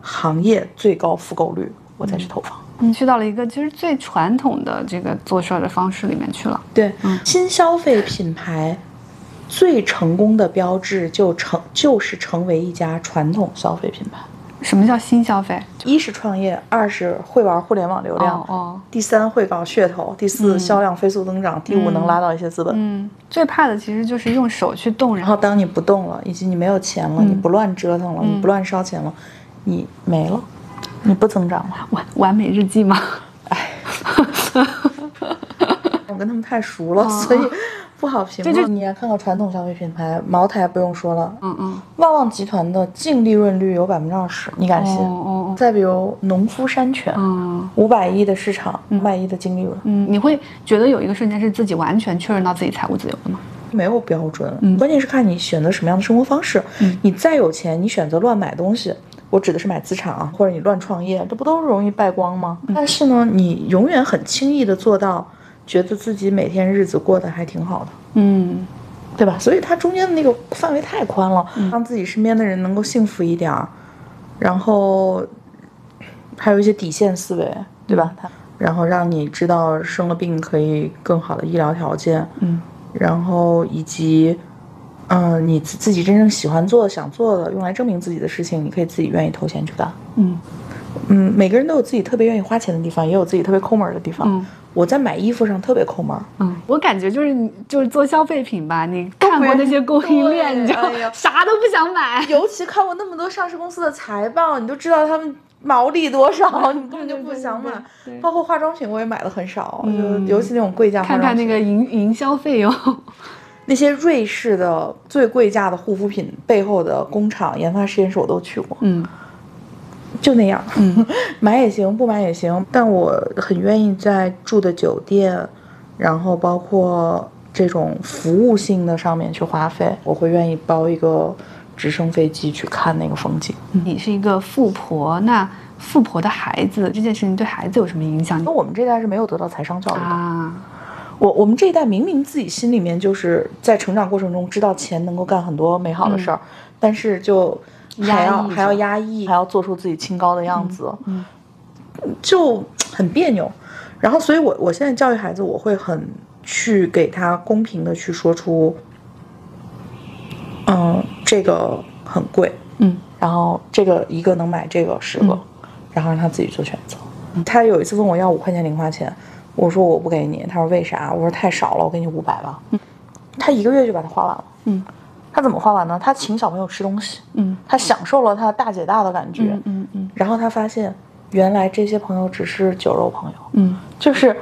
Speaker 4: 行业最高复购率，我
Speaker 2: 嗯
Speaker 4: 再去投放。
Speaker 2: 你去到了一个其实最传统的这个做事儿的方式里面去了。
Speaker 4: 对，嗯
Speaker 2: 嗯
Speaker 4: 新消费品牌最成功的标志就成就是成为一家传统消费品牌。
Speaker 2: 什么叫新消费？
Speaker 4: 一是创业，二是会玩互联网流量，
Speaker 2: 哦哦
Speaker 4: 第三会搞噱头，第四、销量飞速增长，第五能拉到一些资本。
Speaker 2: 嗯，最怕的其实就是用手去动，然
Speaker 4: 然
Speaker 2: 后
Speaker 4: 后当你不动了，以及你没有钱了，
Speaker 2: 嗯
Speaker 4: 你不乱折腾了，你不乱烧钱了，你没了，你不增长了。
Speaker 2: 完完美日记嘛。
Speaker 4: 我跟他们太熟
Speaker 2: 哦
Speaker 4: 了，所以不好评论。你要看看传统消费品牌，茅台不用说了，
Speaker 2: 嗯嗯。
Speaker 4: 旺旺集团的净利润率有百分之二十，你敢信？
Speaker 2: 哦哦
Speaker 4: 再比如农夫山泉，
Speaker 2: 嗯
Speaker 4: 五百亿的市场，五百亿的净利润，
Speaker 2: 嗯，你会觉得有一个瞬间是自己完全确认到自己财务自由的吗？
Speaker 4: 没有标准，
Speaker 2: 嗯
Speaker 4: 关键是看你选择什么样的生活方式。
Speaker 2: 嗯
Speaker 4: 你再有钱，你选择乱买东西。我指的是买资产啊，或者你乱创业，这不都容易败光吗？
Speaker 2: 嗯
Speaker 4: 但是呢，你永远很轻易的做到，觉得自己每天日子过得还挺好的。
Speaker 2: 嗯
Speaker 4: 对吧？所以它中间的那个范围太宽了，让自己身边的人能够幸福一点儿，然后还有一些底线思维，对吧？它然后让你知道生了病可以更好的医疗条件，
Speaker 2: 嗯，
Speaker 4: 然后以及嗯、你自自己真正喜欢做、想做的、用来证明自己的事情，你可以自己愿意投钱去干。
Speaker 2: 嗯
Speaker 4: 嗯，每个人都有自己特别愿意花钱的地方，也有自己特别抠门儿的地方。
Speaker 2: 嗯
Speaker 4: 我在买衣服上特别抠门儿，
Speaker 2: 嗯，我感觉就是你就是做消费品吧，你看过那些供应链，
Speaker 4: 对
Speaker 2: 你就
Speaker 4: 哎呀
Speaker 2: 啥都不想 买。
Speaker 4: 尤其看过那么多上市公司的财报，你就知道他们毛利多少，你根本就不想买。包括化妆品，我也买的很少，
Speaker 2: 嗯
Speaker 4: 就尤其那种贵价化
Speaker 2: 看
Speaker 4: 妆品。
Speaker 2: 看那个营营销费 用，
Speaker 4: 那些瑞士的最贵价的护肤品背后的工厂、研发实验室我都去过，
Speaker 2: 嗯
Speaker 4: 就那样， 买也行，不买也行。但我很愿意在住的酒店，然后包括这种服务性的上面去花费，我会愿意包一个直升飞机去看那个风景。
Speaker 2: 嗯你是一个富婆，那富婆的孩子这件事情对孩子有什么影响
Speaker 4: 那我们这代是没有得到财商教育的，
Speaker 2: 啊？
Speaker 4: 我我们这一代明明自己心里面就是在成长过程中知道钱能够干很多美好的事儿，但是就还要
Speaker 2: 嗯压抑着
Speaker 4: 还要压抑，还要做出自己清高的样子，
Speaker 2: 嗯
Speaker 4: 就很别扭。然后，所以我我现在教育孩子，我会很去给他公平的去说出，嗯，这个很贵，
Speaker 2: 嗯，
Speaker 4: 然后这个一个能买这个十个，
Speaker 2: 嗯
Speaker 4: 然后让他自己做选择。他有一次问我要五块钱零花钱，我说我不给你，他说为啥？我说太少了，我给你五百吧。他一个月就把它花完了。
Speaker 2: 嗯，
Speaker 4: 他怎么花完呢？他请小朋友吃东西，
Speaker 2: 嗯
Speaker 4: 他享受了他的大姐大的感觉，
Speaker 2: 嗯嗯嗯
Speaker 4: 然后他发现原来这些朋友只是酒肉朋友，
Speaker 2: 嗯，
Speaker 4: 就是。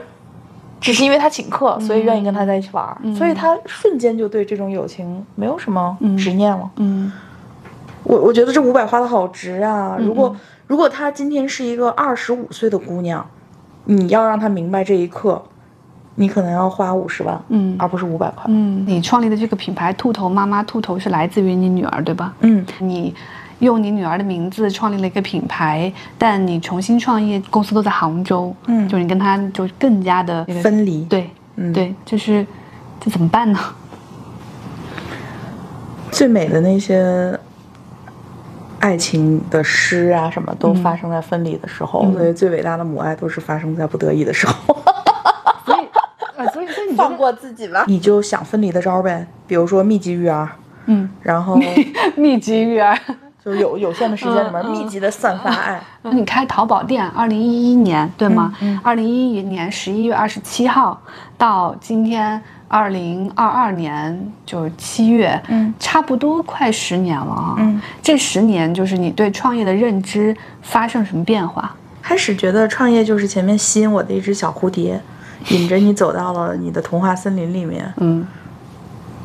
Speaker 4: 只是因为他请客，所以愿意跟他在一起玩儿，所以他瞬间就对这种友情没有什么执念了。
Speaker 2: 嗯
Speaker 4: 我我觉得这五百花的好值啊！如
Speaker 2: 嗯
Speaker 4: 果如果她今天是一个二十五岁的姑娘，你要让她明白这一刻，你可能要花五十万，
Speaker 2: 嗯
Speaker 4: 而不是五百块。
Speaker 2: 嗯，你创立的这个品牌“兔头妈妈”，兔头是来自于你女儿，对吧？
Speaker 4: 嗯，
Speaker 2: 你用你女儿的名字创立了一个品牌，但你重新创业，公司都在杭州，
Speaker 4: 嗯
Speaker 2: 就你跟她就更加的
Speaker 4: 分离。，
Speaker 2: 对，
Speaker 4: 嗯
Speaker 2: 对，就是这怎么办呢？
Speaker 4: 最美的那些爱情的诗啊，什么
Speaker 2: 嗯
Speaker 4: 都发生在分离的时候，所以最伟大的母爱都是发生在不得已的时 候。
Speaker 2: 所以，呃，所以，所以你觉
Speaker 4: 放
Speaker 2: 得，
Speaker 4: 过自己吧，你就想分离的招儿呗，比如说密集育儿，
Speaker 2: 嗯，
Speaker 4: 然后
Speaker 2: 密集育儿。
Speaker 4: 就有有限的时间里面
Speaker 2: 嗯嗯
Speaker 4: 密集的散发爱。
Speaker 2: 你开淘宝店，二零一一年对吗？二零一一年十一月二十七号到今天二零二二年就是七月，
Speaker 4: 嗯，
Speaker 2: 差不多快十年了啊。
Speaker 4: 嗯，
Speaker 2: 这十年就是你对创业的认知发生什么变化？
Speaker 4: 开始觉得创业就是前面吸引我的一只小蝴蝶，引着你走到了你的童话森林里面。
Speaker 2: 嗯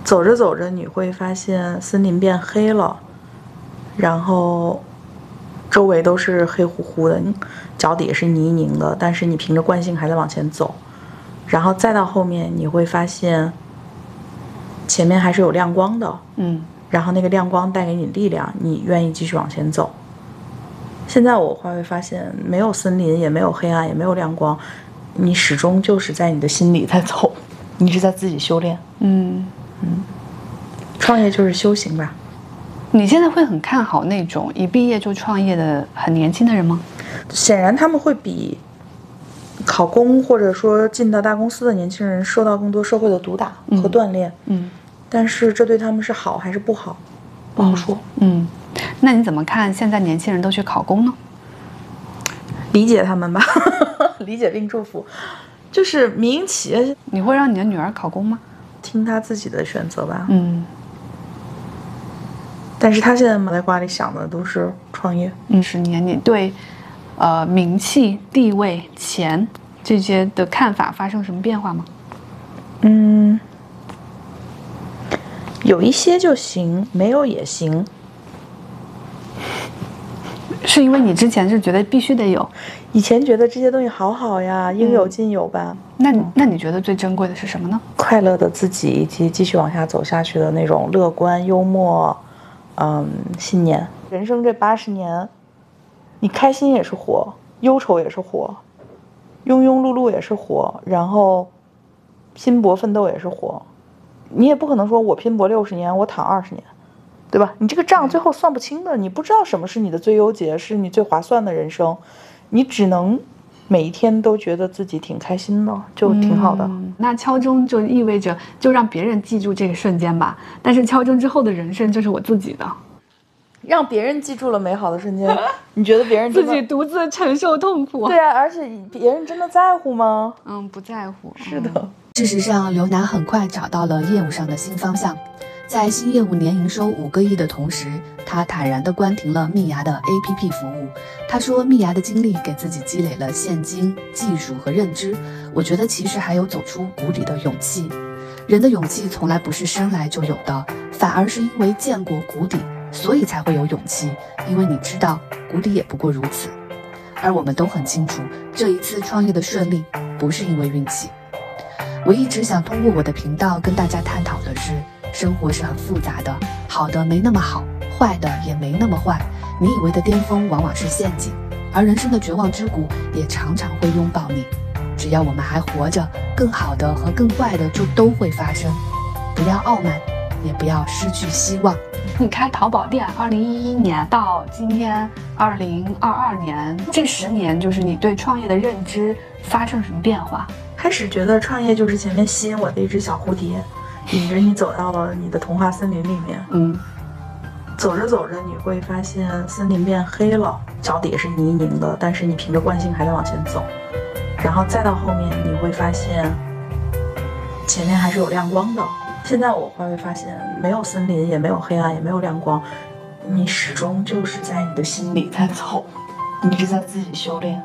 Speaker 4: 走着走着，你会发现森林变黑了，然后周围都是黑乎乎的，脚底也是泥泞的，但是你凭着惯性还在往前走。然后再到后面，你会发现前面还是有亮光的，
Speaker 2: 嗯
Speaker 4: 然后那个亮光带给你力量，你愿意继续往前走。现在我会发现，没有森林，也没有黑暗，也没有亮光，你始终就是在你的心里在走，你是在自己修炼。
Speaker 2: 嗯，
Speaker 4: 创业就是修行吧。
Speaker 2: 你现在会很看好那种一毕业就创业的很年轻的人吗？
Speaker 4: 显然他们会比考公或者说进到大公司的年轻人受到更多社会的毒打和锻炼，
Speaker 2: 嗯
Speaker 4: 但是这对他们是好还是不好，不好说。
Speaker 2: 嗯，那你怎么看现在年轻人都去考公呢？
Speaker 4: 理解他们吧， 理解并祝福。就是民营企业
Speaker 2: 你会让你的女儿考公吗？
Speaker 4: 听他自己的选择吧。
Speaker 2: 嗯。
Speaker 4: 但是他现在脑袋瓜里想的都是创业。
Speaker 2: 嗯，十年，你对呃名气、地位、钱这些的看法发生什么变化吗？
Speaker 4: 嗯，有一些就行，没有也行。
Speaker 2: 是因为你之前是觉得必须得有，
Speaker 4: 以前觉得这些东西好好呀，应有尽有吧，
Speaker 2: 那
Speaker 5: 嗯
Speaker 2: 你那你觉得最珍贵的是什么呢？
Speaker 4: 快乐的自己以及继续往下走下去的那种乐观、幽默，嗯，信念。人生这八十年，你开心也是活，忧愁也是活，庸庸碌碌也是活，然后拼搏奋斗也是活。你也不可能说我拼搏六十年，我躺二十年，对吧？你这个账最后算不清的，你不知道什么是你的最优解，是你最划算的人生，你只能
Speaker 5: 每一天都觉得自己挺开心的，就挺好的。
Speaker 2: 嗯那敲钟就意味着就让别人记住这个瞬间吧，但是敲钟之后的人生就是我自己的，
Speaker 5: 让别人记住了美好的瞬间，你觉得别人
Speaker 2: 自
Speaker 5: 真的
Speaker 2: 己独自承受痛苦。
Speaker 5: 对啊？而且别人真的在乎吗？
Speaker 2: 嗯，不在乎。嗯
Speaker 5: 是的，
Speaker 3: 事实上，刘楠很快找到了业务上的新方向。在新业务年营收五个亿的同时，他坦然地关停了蜜芽的 APP 服务。他说，蜜芽的经历给自己积累了现金、技术和认知。我觉得其实还有走出谷底的勇气。人的勇气从来不是生来就有的，反而是因为见过谷底，所以才会有勇气。因为你知道，谷底也不过如此。而我们都很清楚，这一次创业的顺利不是因为运气。我一直想通过我的频道跟大家探讨的是，生活是很复杂的，好的没那么好，坏的也没那么坏。你以为的巅峰往往是陷阱，而人生的绝望之谷也常常会拥抱你。只要我们还活着，更好的和更坏的就都会发生。不要傲慢，也不要失去希望。
Speaker 2: 你开淘宝店，二零一一年到今天二零二二年，这十年就是你对创业的认知发生什么变化？
Speaker 4: 开始觉得创业就是前面吸引我的一只小蝴蝶，引着你走到了你的童话森林里面。
Speaker 2: 嗯，
Speaker 4: 走着走着，你会发现森林变黑了，脚底是泥泞的，但是你凭着惯性还在往前走。然后再到后面，你会发现前面还是有亮光的。现在我会发现，没有森林，也没有黑暗，也没有亮光，你始终就是在你的心里在走，你一直在自己修炼。